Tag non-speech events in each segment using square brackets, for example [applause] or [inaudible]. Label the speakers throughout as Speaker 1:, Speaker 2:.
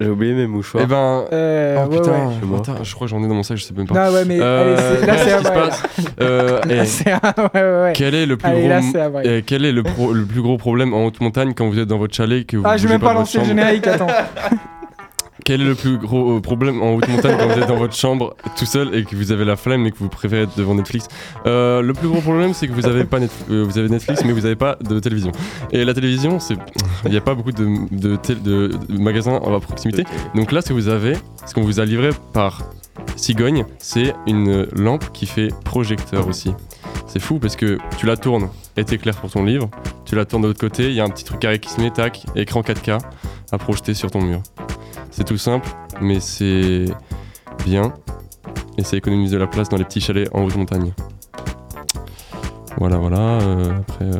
Speaker 1: J'ai oublié mes
Speaker 2: Eh
Speaker 1: mouchoirs.
Speaker 2: ben.
Speaker 3: Euh,
Speaker 2: oh,
Speaker 3: ouais,
Speaker 2: putain,
Speaker 3: ouais.
Speaker 1: Chez moi.
Speaker 2: putain, je crois que j'en ai dans mon sac, je sais même pas.
Speaker 3: Non, ouais, mais
Speaker 2: Euh,
Speaker 3: allez,
Speaker 2: [laughs]
Speaker 3: c'est- là,
Speaker 2: qu'est-ce
Speaker 3: c'est à
Speaker 2: qui se
Speaker 3: vrai.
Speaker 2: passe Euh, eh,
Speaker 3: Là, [laughs] c'est à ouais, ouais, ouais.
Speaker 2: Quel est le plus
Speaker 3: Allez, là,
Speaker 2: gros
Speaker 3: c'est à vrai.
Speaker 2: eh, quel est le, pro- le plus gros problème en haute montagne quand vous êtes dans votre chalet que vous
Speaker 3: Ah, je vais
Speaker 2: bougez
Speaker 3: même pas
Speaker 2: de votre
Speaker 3: lancer le
Speaker 2: chambre
Speaker 3: générique, attends.
Speaker 2: Quel est le plus gros euh, problème en haute montagne quand vous êtes dans votre chambre tout seul et que vous avez la flemme et que vous préférez être devant Netflix Euh, Le plus gros problème, c'est que vous avez, pas Netf- euh, vous avez Netflix mais vous n'avez pas de télévision. Et la télévision, c'est il n'y a pas beaucoup de, de tél- de- de magasins à
Speaker 1: Euh,
Speaker 2: proximité. Donc là, ce que vous avez, ce qu'on vous a livré par Cigogne, c'est une euh, lampe qui fait projecteur aussi. C'est fou parce que tu la tournes, elle t'éclaire pour ton livre. Tu la tournes de l'autre côté, il y a un petit truc carré qui se met, tac, écran 4K à projeter sur ton mur. C'est tout simple, mais c'est bien. Et ça économise de la place dans les petits chalets en haute montagne. Voilà, voilà. euh, après, euh,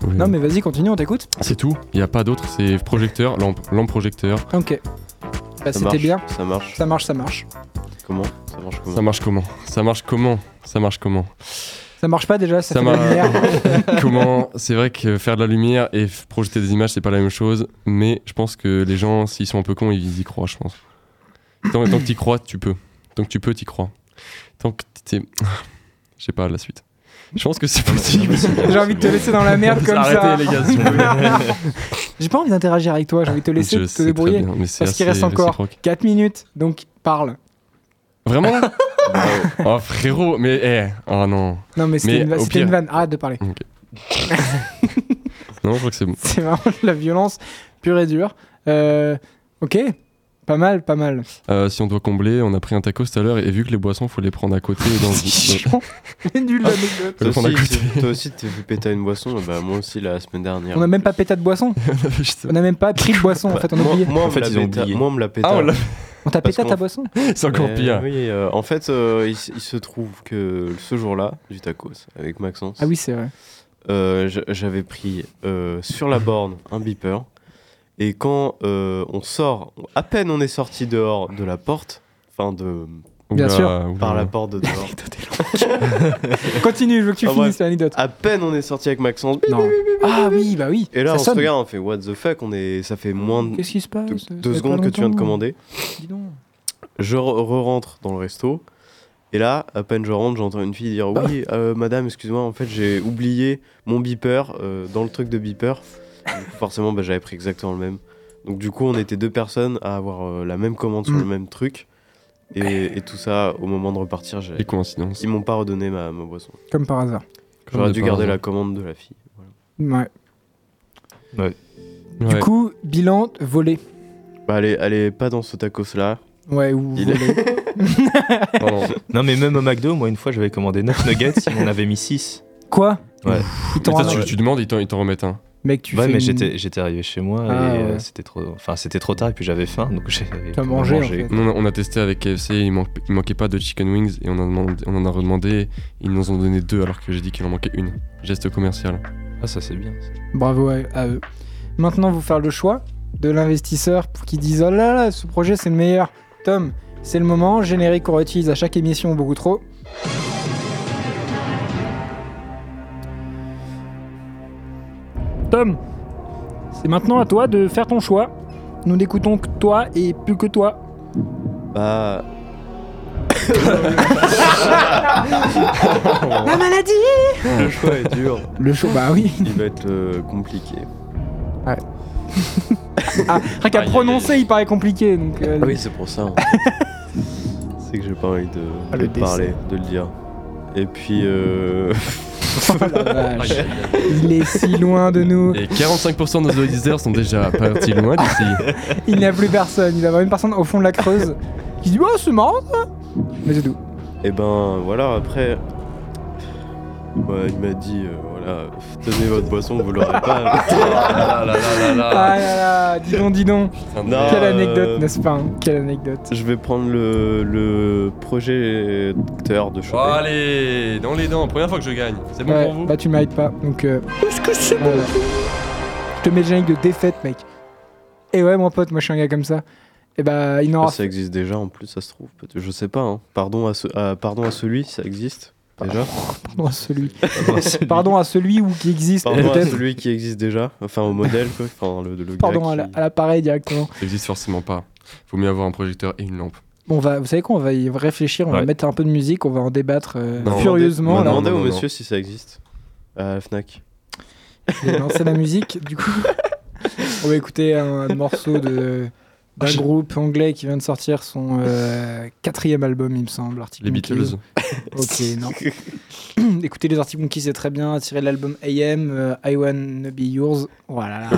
Speaker 2: vous pouvez-
Speaker 3: Non, mais vas-y, continue, on t'écoute.
Speaker 2: c'est tout. Il n'y a pas d'autre. C'est projecteur, lampe, lampe projecteur.
Speaker 3: Ah, Ok. Bah,
Speaker 1: Ça
Speaker 3: c'était
Speaker 1: marche,
Speaker 3: bien.
Speaker 1: Ça marche.
Speaker 3: Ça marche, ça marche.
Speaker 1: Comment Ça marche comment
Speaker 2: Ça marche comment Ça marche comment Ça marche comment
Speaker 3: Ça marche pas déjà, ça,
Speaker 2: Ça
Speaker 3: fait de la
Speaker 2: marche. [laughs]
Speaker 3: lumière. [laughs]
Speaker 2: Comment C'est vrai que faire de la lumière et f- projeter des images, c'est pas la même chose. Mais je pense que les gens, s'ils sont un peu cons, ils y croient, je pense. Tant, tant que t'y crois, tu peux. Tant que tu peux, t'y crois. Tant que t'es. [laughs] Je sais pas la suite. Je pense que c'est possible.
Speaker 3: J'ai envie de te laisser dans la merde comme ça.
Speaker 2: Arrêtez les gars, s'il
Speaker 1: [laughs]
Speaker 2: vous plaît.
Speaker 3: [laughs] J'ai pas envie d'interagir avec toi, j'ai envie de te
Speaker 2: [laughs]
Speaker 3: laisser
Speaker 2: Je
Speaker 3: te
Speaker 2: sais très
Speaker 3: débrouiller.
Speaker 2: bien, mais c'est
Speaker 3: Parce qu'il
Speaker 2: assez
Speaker 3: reste encore
Speaker 2: réciproque.
Speaker 3: 4 minutes, donc parle.
Speaker 2: Vraiment
Speaker 3: [laughs]
Speaker 2: là Oh frérot, mais eh, oh non.
Speaker 3: Non, mais c'était
Speaker 2: Mais
Speaker 3: une, va-
Speaker 2: au
Speaker 3: c'était une
Speaker 2: pire-
Speaker 3: vanne. Arrête de parler. [laughs]
Speaker 2: Non, je crois que c'est bon.
Speaker 3: C'est vraiment de la violence pure et dure. Euh, ok, pas mal, pas mal.
Speaker 2: Euh, si on doit combler, on a pris un taco tout à l'heure et vu que les boissons, faut les prendre à côté.
Speaker 1: [laughs]
Speaker 3: [laughs]
Speaker 2: Dans...
Speaker 3: C'est chiant. C'est nul
Speaker 1: Ah,
Speaker 3: l'anecdote.
Speaker 2: Faut
Speaker 1: Toi
Speaker 2: les prendre à
Speaker 1: aussi,
Speaker 2: côté.
Speaker 1: tu- toi aussi, t'es fait péter une boisson, bah moi aussi la semaine dernière.
Speaker 3: On a même pas pété de boisson.
Speaker 2: [laughs] Je sais
Speaker 3: On a même pas pris de boisson en fait, on a
Speaker 1: Moi,
Speaker 3: oublié.
Speaker 1: Bah, moi,
Speaker 4: En
Speaker 1: on
Speaker 4: fait,
Speaker 1: me l'a
Speaker 4: ils ont
Speaker 1: péta-
Speaker 4: oublié.
Speaker 1: moi, on me l'a pété.
Speaker 2: Ah, on l'a-
Speaker 3: On t'a
Speaker 1: parce
Speaker 3: pété à ta
Speaker 1: qu'on-
Speaker 3: boisson
Speaker 2: c'est encore
Speaker 1: Mais
Speaker 2: pire.
Speaker 1: oui, euh, en fait, euh, il, s- il se trouve que ce jour-là, du tacos, avec Maxence,
Speaker 3: Ah oui,
Speaker 1: [laughs]
Speaker 3: c'est vrai.
Speaker 1: euh, j- j'avais pris euh, sur la borne un beeper. Et quand euh, on sort, à peine on est sorti dehors de la porte, enfin de
Speaker 3: Bien sûr.
Speaker 1: par la porte de dehors,
Speaker 3: Continue, je veux que tu
Speaker 1: Ah,
Speaker 3: finisses l'anecdote.
Speaker 1: à peine on est sorti avec Maxence. bip,
Speaker 3: Non. Ah oui, bah oui.
Speaker 1: Et là,
Speaker 3: ça
Speaker 1: on
Speaker 3: sonne.
Speaker 1: se regarde, on fait what the fuck, on est, ça fait moins de
Speaker 3: Qu'est-ce qui se passe
Speaker 1: deux-
Speaker 3: Ça
Speaker 1: deux
Speaker 3: fait pas
Speaker 1: secondes que tu viens de
Speaker 3: longtemps.
Speaker 1: commander.
Speaker 3: Dis donc.
Speaker 1: Je re- rentre dans le resto. Et là, à peine je rentre, j'entends une fille
Speaker 3: Ah.
Speaker 1: dire Oui, euh, madame, excuse-moi, en fait, j'ai oublié mon beeper euh, dans le truc de beeper. Du coup, forcément, bah, j'avais pris exactement le même. Donc, du coup, on était deux personnes à avoir euh, la même commande sur
Speaker 3: Mm.
Speaker 1: le même truc. Et, et tout ça, au moment de repartir, j'ai-
Speaker 2: Les coïncidences.
Speaker 1: ils m'ont pas redonné ma, ma boisson.
Speaker 3: Comme par hasard.
Speaker 1: J'aurais
Speaker 2: de
Speaker 1: dû
Speaker 2: par
Speaker 1: garder la
Speaker 2: hasard.
Speaker 1: commande de la fille. Voilà.
Speaker 3: Ouais. Du
Speaker 2: Ouais.
Speaker 3: coup, bilan volé.
Speaker 1: Bah, elle, est, elle est pas dans ce tacos-là.
Speaker 3: Ouais, ou
Speaker 1: Il
Speaker 3: volé.
Speaker 2: Pardon.
Speaker 4: [laughs] Non, mais même au McDo, moi, une fois, j'avais commandé 9 nuggets, ils en avaient mis 6.
Speaker 3: Quoi
Speaker 4: Ouais.
Speaker 3: Ils t'en
Speaker 2: Mais ça,
Speaker 3: ramènent.
Speaker 2: tu, tu demandes, ils t'en, ils t'en remettent un.
Speaker 3: Mec, [laughs] tu
Speaker 4: Ouais,
Speaker 3: fais
Speaker 4: mais
Speaker 3: une-
Speaker 4: j'étais j'étais arrivé chez moi et
Speaker 3: Ah,
Speaker 4: euh,
Speaker 3: ouais.
Speaker 4: c'était trop, enfin, c'était trop tard et puis j'avais faim, donc [laughs] j'avais
Speaker 3: T'as
Speaker 4: pas
Speaker 3: mangé, en fait.
Speaker 2: Non, non, on a testé avec KFC, il, manque- il manquait pas de chicken wings et on, a demandé- on en a redemandé. Ils nous ont donné deux alors que j'ai dit qu'il en manquait une. Geste commercial.
Speaker 4: Ah, ça c'est bien. ça.
Speaker 3: Bravo à, à eux. Maintenant, vous faire le choix de l'investisseur pour qu'il dise Oh là là, ce projet c'est le meilleur. Tom, c'est le moment, générique qu'on réutilise à chaque émission beaucoup trop. Tom, c'est maintenant à toi de faire ton choix. Nous n'écoutons que toi et plus que toi.
Speaker 1: Bah,
Speaker 3: La maladie
Speaker 1: le choix est
Speaker 3: [laughs]
Speaker 1: dur.
Speaker 3: Le choix, bah oui.
Speaker 1: Il va être euh, compliqué.
Speaker 3: Ah, rien qu'à
Speaker 2: Aïe, aïe,
Speaker 3: prononcer,
Speaker 2: aïe. Ah
Speaker 3: il paraît compliqué. Donc, euh,
Speaker 1: Oui, c'est pour ça. hein. c'est que j'ai pas envie de,
Speaker 3: Ah,
Speaker 1: de
Speaker 3: le
Speaker 1: le parler, de le dire. Et puis, euh, [laughs]
Speaker 3: oh [laughs] la vache. Il est si loin de nous.
Speaker 2: Et 45% de nos auditeurs sont déjà partis loin d'ici.
Speaker 3: Il n'y a plus personne. Il va y avoir une personne au fond de la Creuse qui dit Oh, c'est marrant ça Mais c'est tout.
Speaker 1: et ben voilà, après, bah, il m'a dit, euh, voilà, tenez votre boisson, vous l'aurez
Speaker 3: [laughs]
Speaker 1: pas.
Speaker 3: Ah, là là, dis donc, dis donc.
Speaker 1: Ah,
Speaker 3: Quelle
Speaker 1: euh,
Speaker 3: anecdote, n'est-ce pas hein Quelle anecdote.
Speaker 1: Je vais prendre le, le projecteur de
Speaker 2: Oh,
Speaker 1: chocolat.
Speaker 2: allez, dans les dents, première fois que je gagne. C'est bon
Speaker 3: Ouais,
Speaker 2: pour vous
Speaker 3: bah, tu ne mérites pas. Donc. euh, voilà. Je te mets le générique de défaite, mec. Et ouais, mon pote, moi je suis un gars comme ça. Et bah, il n'en
Speaker 1: Ah,
Speaker 3: aura
Speaker 1: ça existe déjà en plus, ça se trouve. peut-être. Je sais pas, hein. pardon, à ce- à- pardon à celui, ça existe.
Speaker 3: Bah,
Speaker 1: déjà.
Speaker 3: Pardon à celui. [laughs] Pardon à celui ou qui existe
Speaker 1: Pardon à
Speaker 3: peut-être.
Speaker 1: celui qui existe déjà, enfin au modèle quoi, enfin le, le
Speaker 3: Pardon
Speaker 1: gars
Speaker 3: à
Speaker 1: qui-
Speaker 3: la- à l'appareil directement.
Speaker 2: Ça existe forcément pas. Faut mieux avoir un projecteur et une lampe.
Speaker 3: Bon, on va, vous savez quoi On va y réfléchir, on va
Speaker 2: Ouais.
Speaker 3: mettre un peu de musique, on va en débattre euh,
Speaker 2: Non.
Speaker 3: furieusement.
Speaker 1: On
Speaker 2: Non,
Speaker 3: là.
Speaker 2: non,
Speaker 1: demandait
Speaker 2: non,
Speaker 1: au
Speaker 2: non.
Speaker 1: monsieur si ça existe à la Fnac.
Speaker 3: Je vais lancer la musique. Du
Speaker 2: [laughs]
Speaker 3: coup, on va écouter un, morceau de d'un groupe anglais qui vient de sortir son euh, quatrième album, il me semble. Arctic
Speaker 2: Les
Speaker 3: Monkeys.
Speaker 2: Beatles.
Speaker 3: Ok, non. [clears throat] Écoutez les articles Monkeys, c'est très bien. Tirez l'album AM, euh, I Wanna Be Yours. Voilà.
Speaker 2: Oh,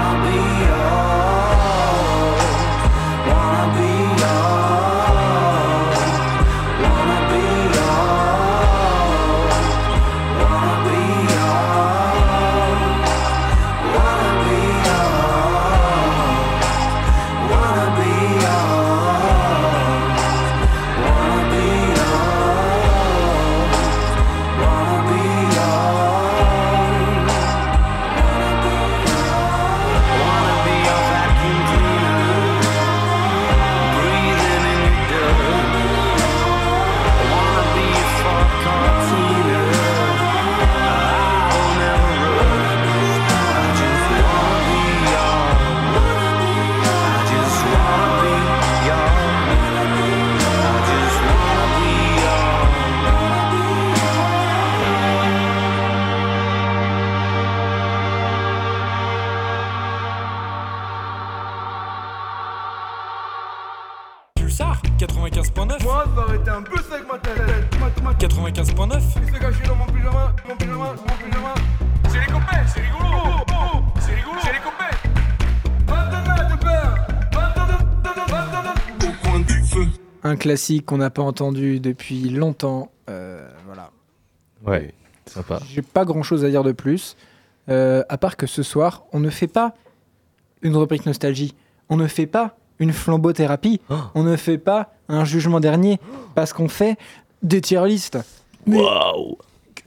Speaker 5: be yours. Wanna be yours. Wanna be yours. Wanna be yours. Wanna be yours. Wanna be yours. Wanna be yours. Wanna be yours. Wanna be your vacuum cleaner, breathing in your dirt. Wanna be your Ford Cortina. I will never run. I just wanna be yours. I just wanna be yours. I just wanna be yours.
Speaker 6: Pulsar 95.9 Moi ça aurait été un peu sec ma tête 95.9 Il se caché dans mon pyjama, mon pyjama, mon pyjama C'est les copains, c'est rigolo oh, oh, oh, C'est rigolo, c'est les copains 22 de peur 22 de Au coin du feu
Speaker 3: Un classique qu'on n'a pas entendu depuis longtemps. Euh, voilà.
Speaker 4: [laughs] Ouais, sympa.
Speaker 3: J'ai pas grand chose à dire de plus, euh, à part que ce soir, on ne fait pas une rubrique nostalgie, on ne fait pas une flambothérapie, on ne fait pas un jugement dernier, parce qu'on fait des tier lists. Mais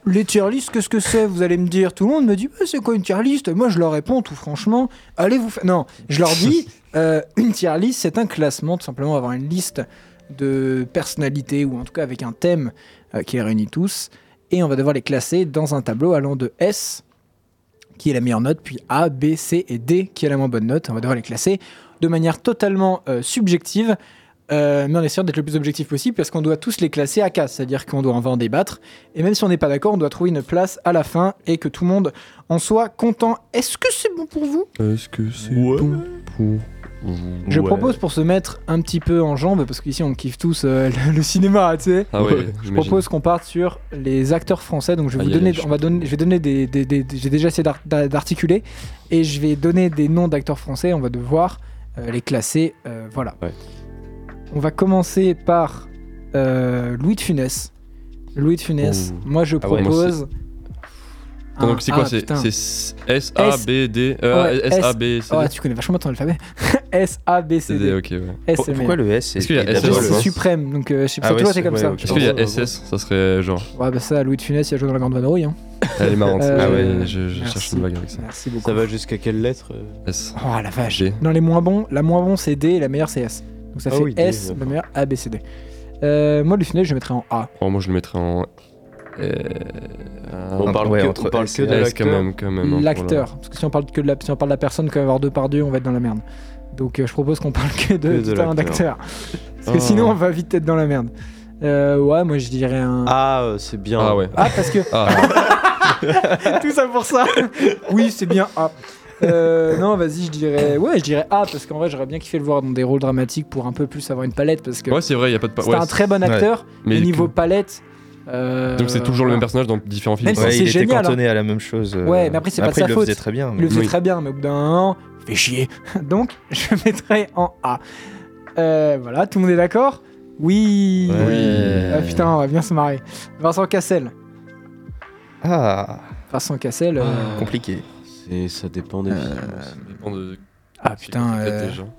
Speaker 3: Les tier lists, qu'est-ce que c'est Vous allez me dire, tout le monde me dit, Bah, c'est quoi une tier list Moi, je leur réponds tout franchement, allez vous faire. Non, je leur dis, euh, une tier list, c'est un classement, tout simplement, avoir une liste de personnalités, ou en tout cas avec un thème euh, qui les réunit tous et on va devoir les classer dans un tableau allant de S, qui est la meilleure note, puis A, B, C et D, qui est la moins bonne note. On va devoir les classer de manière totalement euh, subjective, euh, mais en essayant d'être le plus objectif possible, parce qu'on doit tous les classer à cas, c'est-à-dire qu'on doit on va en débattre, et même si on n'est pas d'accord, on doit trouver une place à la fin, et que tout le monde en soit content. Est-ce que c'est bon pour vous
Speaker 2: Est-ce que c'est
Speaker 1: Ouais.
Speaker 2: bon pour
Speaker 3: Je
Speaker 4: Ouais.
Speaker 3: propose pour se mettre un petit peu en jambes, parce qu'ici on kiffe tous euh, [laughs] le, le cinéma, tu sais.
Speaker 2: Ah ouais,
Speaker 3: je
Speaker 2: j'imagine.
Speaker 3: propose qu'on parte sur les acteurs français. Donc je vais
Speaker 2: Aïe,
Speaker 3: vous
Speaker 2: aïe,
Speaker 3: donner,
Speaker 2: aïe,
Speaker 3: on va donner, je vais donner des, des- des- des- j'ai déjà essayé d'ar- d'a- d'articuler et je vais donner des noms d'acteurs français. On va devoir euh, les classer. euh, voilà.
Speaker 1: Ouais.
Speaker 3: On va commencer par euh, Louis de Funès. Louis de Funès.
Speaker 2: Oh.
Speaker 3: Moi je
Speaker 1: Ah ouais,
Speaker 2: moi
Speaker 3: propose. un-
Speaker 2: Donc c'est quoi
Speaker 3: ah,
Speaker 2: C'est
Speaker 3: putain.
Speaker 2: c'est S- S-A-B-D.
Speaker 3: Ouais,
Speaker 2: euh,
Speaker 3: Ah Ouais,
Speaker 2: S-A-B-C-D.
Speaker 3: tu connais vachement ton alphabet. [laughs] S A B C D.
Speaker 2: ok, ouais.
Speaker 3: S
Speaker 4: Pour-
Speaker 3: M,
Speaker 4: Pourquoi le S
Speaker 2: Est-ce qu'il y a
Speaker 4: est
Speaker 2: S,
Speaker 3: Déjà,
Speaker 4: d'abord
Speaker 2: S,
Speaker 3: c'est
Speaker 4: le-
Speaker 3: suprême, donc euh, je sais pas,
Speaker 4: Ah
Speaker 3: toi
Speaker 4: ouais,
Speaker 3: c'est
Speaker 4: c'est-
Speaker 3: comme
Speaker 4: ouais,
Speaker 3: ça.
Speaker 4: ok.
Speaker 2: Est-ce qu'il y a SS Ça serait genre.
Speaker 3: Ouais, bah ça, Louis de Funès, il a joué dans la Grande Vadrouille. Hein.
Speaker 2: Elle est marrante.
Speaker 3: Euh,
Speaker 2: Ah ouais, je, je
Speaker 3: merci.
Speaker 2: cherche une blague avec ça.
Speaker 3: Merci beaucoup.
Speaker 1: Ça va jusqu'à quelle lettre euh
Speaker 2: S.
Speaker 3: Oh la vache.
Speaker 2: G.
Speaker 3: Dans les moins bons, la moins bon c'est D et la meilleure c'est S. Donc ça
Speaker 1: Ah
Speaker 3: fait
Speaker 1: oui, D,
Speaker 3: S, la
Speaker 1: d'accord.
Speaker 3: meilleure A, B, C, D. Euh, moi, Louis de Funès, je le mettrais en A.
Speaker 2: Oh, moi je le mettrais en. Euh,
Speaker 1: On
Speaker 4: un-
Speaker 1: parle
Speaker 4: ouais,
Speaker 1: que,
Speaker 4: entre
Speaker 1: on parle
Speaker 4: S
Speaker 1: que
Speaker 4: et
Speaker 1: de
Speaker 2: S quand
Speaker 1: l'acteur.
Speaker 2: même, quand même. hein, pour
Speaker 3: L'acteur. Parce que si on parle que de la, si on parle de la personne qui va avoir deux par deux, on va être dans la merde. Donc euh, je propose qu'on parle que de,
Speaker 1: Que de
Speaker 3: tout un
Speaker 1: l'acteur.
Speaker 3: d'acteur. Parce que sinon, on va vite être dans la merde. Euh, ouais, moi je dirais un.
Speaker 1: Ah, euh, c'est bien.
Speaker 2: Ah ouais.
Speaker 3: Ah, parce que
Speaker 2: Ah,
Speaker 3: Tout ça pour ça. [laughs] oui, c'est bien A. Euh, non, vas-y, je dirais. Ouais, je dirais A parce qu'en vrai, j'aurais bien kiffé le voir dans des rôles dramatiques pour un peu plus avoir une palette parce que
Speaker 2: ouais, c'est vrai, il y a pas de. pa-
Speaker 3: c'est
Speaker 2: ouais,
Speaker 3: un
Speaker 2: c'est-
Speaker 3: très bon
Speaker 4: ouais.
Speaker 3: acteur, mais
Speaker 2: mais
Speaker 3: niveau palette. euh,
Speaker 2: Donc c'est toujours le même
Speaker 3: voilà.
Speaker 2: personnage dans différents films.
Speaker 3: Même
Speaker 2: quoi.
Speaker 3: si
Speaker 4: Ouais, il
Speaker 3: c'est
Speaker 4: était
Speaker 3: génial, hein.
Speaker 4: cantonné à la même chose. euh,
Speaker 3: Ouais, mais après, c'est pas de sa
Speaker 4: il le
Speaker 3: faute.
Speaker 4: faisait très bien.
Speaker 3: Il le
Speaker 4: mais-
Speaker 3: faisait
Speaker 2: Oui.
Speaker 3: très bien, mais au bout d'un an, fait chier. [laughs] Donc, je mettrai en A. Euh, voilà, tout le monde est d'accord Oui.
Speaker 4: Ouais.
Speaker 3: Ah putain, on va bien se marrer. Vincent Cassel.
Speaker 4: Ah,
Speaker 3: Vincent Cassel. euh,
Speaker 4: [laughs] compliqué.
Speaker 1: C'est- Ça dépend des films.
Speaker 2: Ça dépend de-
Speaker 3: Ah putain,
Speaker 2: peut-être
Speaker 3: euh,
Speaker 2: des gens.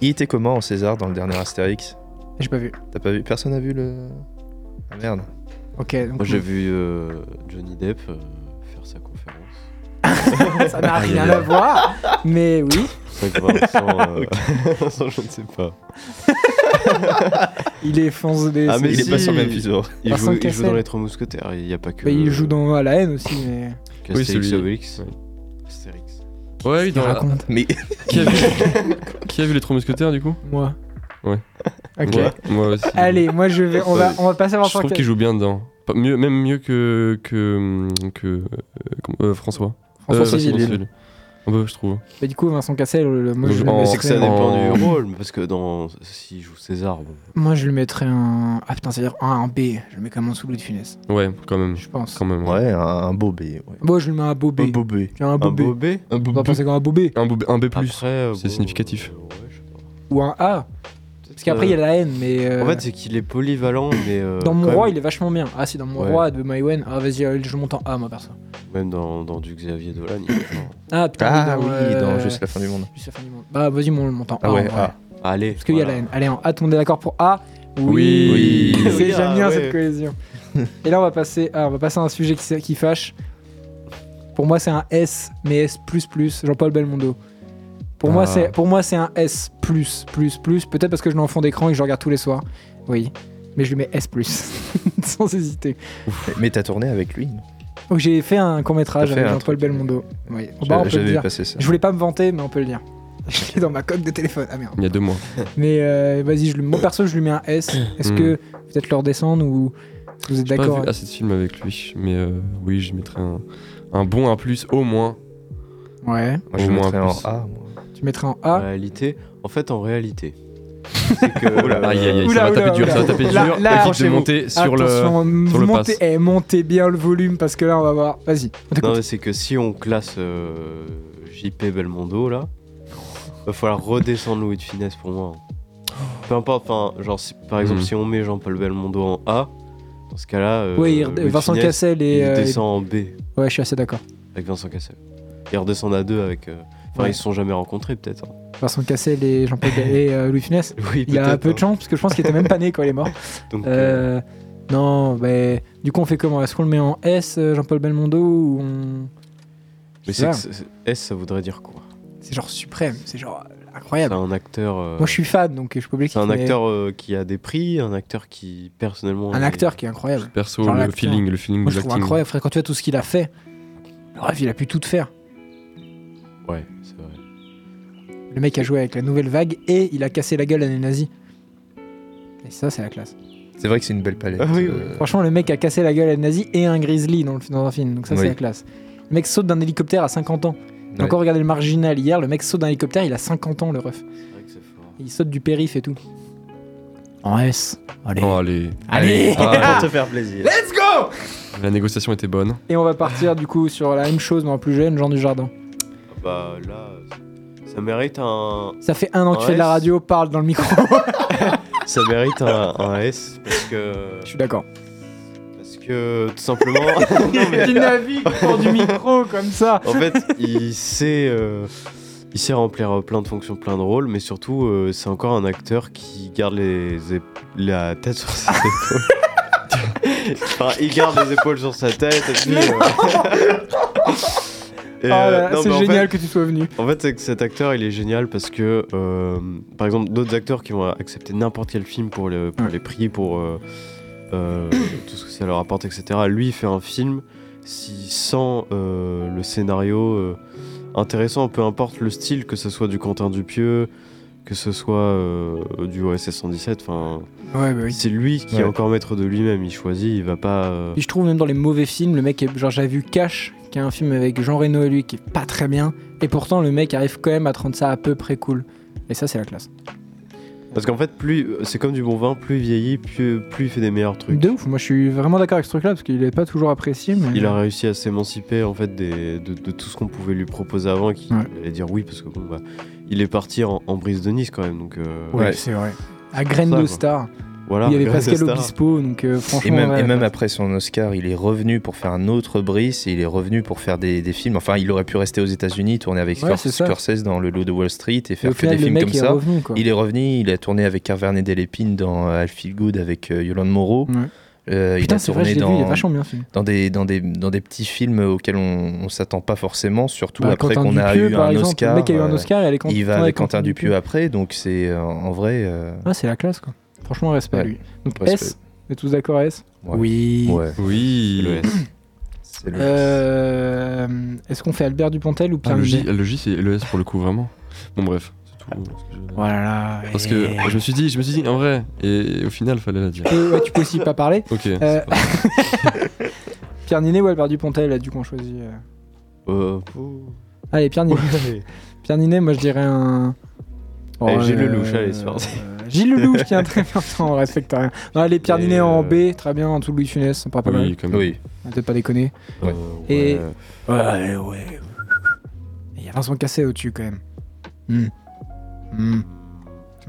Speaker 4: Il était comment en César dans le dernier Astérix
Speaker 3: j'ai pas vu.
Speaker 4: T'as pas vu Personne a vu le. Ah merde.
Speaker 3: Ok, donc
Speaker 1: Moi, j'ai vu euh, Johnny Depp euh, faire sa conférence.
Speaker 3: [laughs]
Speaker 2: [laughs]
Speaker 3: ça n'a rien à voir, mais oui,
Speaker 1: C'est vrai que Vincent, euh, Vincent, je ne sais pas.
Speaker 3: il est foncé.
Speaker 1: Ah, mais
Speaker 4: il est
Speaker 1: si.
Speaker 4: pas sur Memphis Hour.
Speaker 1: Il
Speaker 3: Vincent
Speaker 1: joue, il joue
Speaker 3: Cassel.
Speaker 1: dans Les Trois Mousquetaires, il n'y a pas que.
Speaker 3: Bah, il joue dans À la haine aussi, mais.
Speaker 2: Oui,
Speaker 1: Castérix
Speaker 2: celui-
Speaker 1: Obélix.
Speaker 2: ouais.
Speaker 1: Astérix.
Speaker 2: Ouais, oui,
Speaker 3: Il
Speaker 2: dans la-
Speaker 3: raconte,
Speaker 4: Mais
Speaker 2: Qui a
Speaker 3: [laughs]
Speaker 2: vu Qui a vu les trois mousquetaires du coup
Speaker 3: moi.
Speaker 2: Ouais.
Speaker 3: Ok.
Speaker 2: Ouais, Moi aussi.
Speaker 3: Allez, moi je vais. On va, on va passer à
Speaker 2: Je
Speaker 3: Vincent
Speaker 2: trouve
Speaker 3: Cassel.
Speaker 2: qu'il joue bien dedans. Pas- mieux, même mieux que que que euh, comme- euh, François.
Speaker 3: François
Speaker 2: Euh,
Speaker 3: Civil.
Speaker 2: Civil. Un peu, je trouve.
Speaker 3: Bah, du coup, Vincent Cassel, le- le- moi, je le
Speaker 2: En-
Speaker 1: Mais c'est que ça
Speaker 3: mettrais,
Speaker 2: en-
Speaker 1: dépend du rôle, parce que dans s'il joue César, bon,
Speaker 3: moi je le mettrais un. Ah putain, c'est-à-dire un, un B. Je le mets comme en dessous de Louis de Funès,
Speaker 2: Ouais, quand même.
Speaker 3: je pense.
Speaker 2: Quand même. ouais.
Speaker 4: ouais, un, un beau B. ouais.
Speaker 3: Moi je le mets un beau B.
Speaker 4: Un beau B.
Speaker 3: J'ai Un beau
Speaker 1: un
Speaker 3: B.
Speaker 1: beau B.
Speaker 2: Un,
Speaker 3: On va penser comme un beau B.
Speaker 2: B, un B+. Plus.
Speaker 1: Après, euh,
Speaker 2: c'est
Speaker 1: bon,
Speaker 2: significatif.
Speaker 1: euh, ouais, je sais pas.
Speaker 3: Ou un A. Parce qu'après, il y a la haine, mais. euh,
Speaker 1: En fait, c'est qu'il est polyvalent, mais. euh,
Speaker 3: Dans mon
Speaker 1: quand
Speaker 3: roi,
Speaker 1: même,
Speaker 3: il est vachement bien. Ah, si, dans mon
Speaker 1: Ouais.
Speaker 3: roi de Maïwen. Ah, vas-y, euh, je monte en A, moi, perso.
Speaker 1: Même dans, dans du Xavier Dolan, il est genre,
Speaker 3: Ah, putain,
Speaker 4: Ah oui,
Speaker 3: euh,
Speaker 4: dans Juste la fin du monde.
Speaker 3: Juste la fin du monde. Bah vas-y mon montant.
Speaker 4: Ah ouais, ah.
Speaker 1: Allez.
Speaker 3: Parce qu'il y a la haine. Allez, en A, tout le monde est d'accord pour A
Speaker 2: Oui.
Speaker 1: Oui.
Speaker 3: C'est j'aime
Speaker 1: Ah,
Speaker 3: bien
Speaker 1: ouais. [laughs]
Speaker 3: cette cohésion. Et là on va passer, ah, on va passer à un sujet qui, s- qui fâche. Pour moi c'est un S, mais S Jean-Paul Belmondo. Pour moi
Speaker 2: Ah.
Speaker 3: c'est, pour moi c'est un S plus plus plus. Peut-être parce que je l'ai en fond d'écran et que je le regarde tous les soirs. Oui, mais je lui mets S [laughs] sans hésiter.
Speaker 4: Mais t'as tourné avec lui non
Speaker 3: Donc j'ai fait un court métrage
Speaker 4: T'as fait
Speaker 3: avec
Speaker 4: un
Speaker 3: Jean-Paul
Speaker 4: truc.
Speaker 3: Belmondo. Oui. Bah, on peut le
Speaker 4: J'avais
Speaker 3: dire.
Speaker 4: passé ça.
Speaker 3: Je voulais pas me vanter, mais on peut le dire. [laughs] Je l'ai dans ma coque de téléphone. Ah merde.
Speaker 2: Il y a deux mois.
Speaker 3: Mais euh, vas-y, je lui- moi perso, je lui mets un
Speaker 1: [clears throat]
Speaker 3: S. Est-ce
Speaker 2: Hmm.
Speaker 3: que peut-être leur descendre ou est-ce que vous êtes
Speaker 2: J'ai pas
Speaker 3: d'accord
Speaker 2: vu assez de films avec lui, mais euh, oui, je mettrais un, un bon un plus au moins.
Speaker 3: Ouais.
Speaker 4: Moi, je
Speaker 2: Au moins
Speaker 4: mettrais
Speaker 2: un
Speaker 4: en
Speaker 2: plus.
Speaker 4: A. moi.
Speaker 3: Tu mettrais en
Speaker 1: En
Speaker 3: A.
Speaker 1: réalité, en fait, en réalité. c'est que.
Speaker 2: Oula, aïe aïe aïe,
Speaker 3: Oula,
Speaker 2: ça va
Speaker 3: oula,
Speaker 2: taper dur,
Speaker 3: oula.
Speaker 2: ça va taper
Speaker 3: Là,
Speaker 2: dur.
Speaker 3: là,
Speaker 2: Évite de
Speaker 3: accrochez-vous.
Speaker 2: monter sur le.
Speaker 3: Attention,
Speaker 2: sur le
Speaker 3: montez,
Speaker 2: pass.
Speaker 3: eh, montez bien le volume parce que là, on va voir. Vas-y. on t'écoute.
Speaker 1: Non, mais c'est que si on classe euh, JP Belmondo là, va falloir redescendre Louis de Finesse pour moi. Peu importe, enfin, genre, si- par exemple,
Speaker 2: Mhm.
Speaker 1: si on met Jean-Paul Belmondo en A, dans ce cas-là, euh,
Speaker 3: Ouais, il-
Speaker 1: Louis de
Speaker 3: Vincent
Speaker 1: Funès, il
Speaker 3: Cassel et. euh,
Speaker 1: descend en B
Speaker 3: et- Ouais, je suis assez d'accord.
Speaker 1: avec Vincent Cassel. Ils redescendent à deux avec. euh, Enfin,
Speaker 3: Ouais.
Speaker 1: ils se sont jamais rencontrés peut-être. hein. [laughs]
Speaker 3: Vincent Cassel et Jean-Paul et euh, Louis Funès.
Speaker 1: Oui,
Speaker 3: Il y a
Speaker 1: peut-être,
Speaker 3: peu
Speaker 1: hein.
Speaker 3: de chance parce que je pense qu'il était même pas né quand il est
Speaker 1: [laughs]
Speaker 3: mort.
Speaker 1: Donc, euh,
Speaker 3: Euh, non, mais du coup, on fait comment Est-ce qu'on le met en S, euh, Jean-Paul Belmondo ou on...
Speaker 1: mais
Speaker 3: c'est
Speaker 1: c'est que c'est- S, ça voudrait dire quoi
Speaker 3: c'est genre suprême, c'est genre euh,
Speaker 1: C'est
Speaker 3: incroyable.
Speaker 1: un acteur. euh,
Speaker 3: Moi, je suis fan, donc je peux oublier
Speaker 1: C'est un acteur euh, qui a des prix, un acteur qui personnellement.
Speaker 3: un
Speaker 1: est-
Speaker 3: acteur qui est incroyable.
Speaker 2: Perso,
Speaker 3: Genre
Speaker 2: le
Speaker 3: l'acteur.
Speaker 2: feeling, le feeling
Speaker 3: Moi,
Speaker 2: de
Speaker 3: je trouve
Speaker 2: l'acting.
Speaker 3: incroyable. Frère, quand tu vois tout ce qu'il a fait, bref, il a pu tout faire.
Speaker 1: Ouais, c'est vrai.
Speaker 3: Le mec a joué avec la nouvelle vague et il a cassé la gueule à des nazis. Et ça, c'est la classe.
Speaker 4: C'est vrai que c'est une belle palette.
Speaker 1: Ah oui, oui.
Speaker 4: euh,
Speaker 3: Franchement, le mec a cassé la gueule à des nazis et un grizzly dans, le, dans un film, donc ça, c'est
Speaker 4: Oui.
Speaker 3: la classe. Le mec saute d'un hélicoptère à 50 ans. J'ai Encore regardé le marginal hier, le mec saute d'un hélicoptère, il a 50 ans le ref. Il saute du périph et tout. En S. Allez.
Speaker 2: Oh, allez.
Speaker 3: Allez.
Speaker 2: Ah,
Speaker 1: te faire plaisir.
Speaker 3: Let's go
Speaker 2: la négociation était bonne.
Speaker 3: Et on va partir du coup sur la même chose mais en plus jeune, Jean du Jardin.
Speaker 1: Bah là, ça mérite un,
Speaker 3: Ça fait un an que
Speaker 1: En
Speaker 3: tu fais de la
Speaker 1: S
Speaker 3: radio, parle dans le micro.
Speaker 1: ça mérite un, un S parce que
Speaker 3: [laughs] Je suis d'accord.
Speaker 1: parce que tout simplement. [laughs]
Speaker 3: Tu navigues autour du micro comme ça.
Speaker 1: En fait, il sait, euh, il sait remplir euh, plein de fonctions, plein de rôles, mais surtout, euh, c'est encore un acteur qui garde les ép- la tête sur ses épaules. [laughs] enfin, il garde les épaules sur sa tête. Et puis, euh, [laughs] et,
Speaker 3: Ah
Speaker 1: euh,
Speaker 3: là,
Speaker 1: non, mais
Speaker 3: c'est
Speaker 1: en
Speaker 3: génial que tu sois venu.
Speaker 1: fait- En fait, c'est que cet acteur, il est génial parce que, euh, par exemple, d'autres acteurs qui vont accepter n'importe quel film pour, le- pour
Speaker 3: Ouais.
Speaker 1: les prix, pour euh, euh, tout ce que ça leur apporte, etc. Lui, il fait un film si sans euh, le scénario euh, intéressant, peu importe le style, que ce soit du Quentin Dupieux, que ce soit euh, du OSS 117, enfin,
Speaker 3: Ouais, bah
Speaker 1: c'est lui qui est
Speaker 4: Ouais.
Speaker 1: encore maître de lui-même. Il choisit, il va pas. euh,
Speaker 3: Puis je trouve même dans les mauvais films, le mec est. Genre, j'avais vu Cash, qui est un film avec Jean Reno et lui, qui est pas très bien. Et pourtant, le mec arrive quand même à te rendre ça à peu près cool. Et ça, c'est la classe.
Speaker 1: Parce qu'en fait, plus euh, c'est comme du bon vin, plus il vieillit, plus, plus il fait des meilleurs trucs.
Speaker 3: De ouf, moi je suis vraiment d'accord avec ce truc-là, parce qu'il est pas toujours apprécié. Mais...
Speaker 1: Il a réussi à s'émanciper en fait des- de, de tout ce qu'on pouvait lui proposer avant et qu'il
Speaker 3: Ouais.
Speaker 1: allait dire oui parce que bon bah il est parti en, en brise de Nice quand même donc euh,
Speaker 3: Ouais, c'est vrai. À Graine
Speaker 1: Ça,
Speaker 3: de
Speaker 1: quoi.
Speaker 3: Star,
Speaker 1: voilà.
Speaker 3: il y avait
Speaker 1: Grâce à
Speaker 3: Pascal
Speaker 1: Star.
Speaker 3: Obispo, donc euh,
Speaker 4: Et
Speaker 3: franchement.
Speaker 4: même,
Speaker 3: ouais,
Speaker 4: et même après son Oscar, il est revenu pour faire un autre Brice, et il est revenu pour faire des, des films. Enfin, il aurait pu rester aux États-Unis, tourner avec
Speaker 3: Ouais,
Speaker 4: Scor-
Speaker 3: c'est ça.
Speaker 4: Scorsese dans Le Loup de Wall Street et
Speaker 3: et
Speaker 4: faire
Speaker 3: au final,
Speaker 4: que
Speaker 3: le
Speaker 4: des films
Speaker 3: mec
Speaker 4: comme
Speaker 3: est
Speaker 4: ça.
Speaker 3: revenu quoi.
Speaker 4: Il est revenu, il a tourné avec Carverne et Delépine dans euh, I Feel Good avec euh, Yolande Moreau.
Speaker 3: Ouais.
Speaker 4: Euh,
Speaker 3: Mm. Putain,
Speaker 4: il a
Speaker 3: c'est vrai,
Speaker 4: tourné
Speaker 3: je l'ai vu, il est
Speaker 4: dans,
Speaker 3: vachement bien ce film.
Speaker 4: dans, des, dans, des, dans des petits films auxquels on, on s'attend pas forcément, surtout
Speaker 3: Bah,
Speaker 4: après
Speaker 3: Quentin
Speaker 4: qu'on a
Speaker 3: Dupieux,
Speaker 4: eu
Speaker 3: par
Speaker 4: un
Speaker 3: exemple,
Speaker 4: Oscar.
Speaker 3: Le mec a eu un
Speaker 4: euh,
Speaker 3: Oscar et elle est contente.
Speaker 4: il va avec Quentin Dupieux après, donc c'est euh, en vrai. euh,
Speaker 3: Ah, c'est la classe quoi. Franchement, respect à
Speaker 4: Ouais.
Speaker 3: lui. Donc
Speaker 4: Respect.
Speaker 3: S, on est tous d'accord S
Speaker 4: Ouais.
Speaker 3: Oui.
Speaker 4: ouais.
Speaker 2: Oui.
Speaker 1: Le S.
Speaker 4: C'est le-
Speaker 3: Euh, Est-ce qu'on fait Albert Dupontel ou
Speaker 2: Ah,
Speaker 3: Pierre
Speaker 2: le, J,
Speaker 3: Ninet
Speaker 2: le J, c'est le S pour le coup, vraiment. Bon, bref. C'est tout. ce que je-
Speaker 3: Voilà. là,
Speaker 2: Parce
Speaker 3: et-
Speaker 2: que
Speaker 3: [laughs]
Speaker 2: je me suis dit, je me suis dit, en vrai, et au final, fallait la dire.
Speaker 3: Et, Euh, ouais, tu peux aussi pas parler.
Speaker 2: Ok.
Speaker 3: Euh, Pierre Ninet ou Albert Dupontel, là, du coup, on choisit. euh.
Speaker 1: Euh,
Speaker 3: Allez, Pierre Ninet. Pierre Ninet, moi je dirais un.
Speaker 4: Eh,
Speaker 1: Allez, Gilles
Speaker 3: euh,
Speaker 1: Lelouch, allez, c'est parti.
Speaker 3: euh, [laughs] Gilles Lelouch, qui est un très bien, on respecte rien. Non, allez, Pierre
Speaker 1: Et,
Speaker 3: Ninet en
Speaker 1: euh,
Speaker 3: B, très bien, en dessous de Louis Funès, ça me paraît pas mal.
Speaker 2: oui, comme
Speaker 4: Oui.
Speaker 3: On va Peut-être pas déconner.
Speaker 1: euh,
Speaker 3: Et-
Speaker 1: ouais.
Speaker 3: Ouais, ouais, ouais. Il y a Vincent Cassel au-dessus quand même. Hmm. Hmm.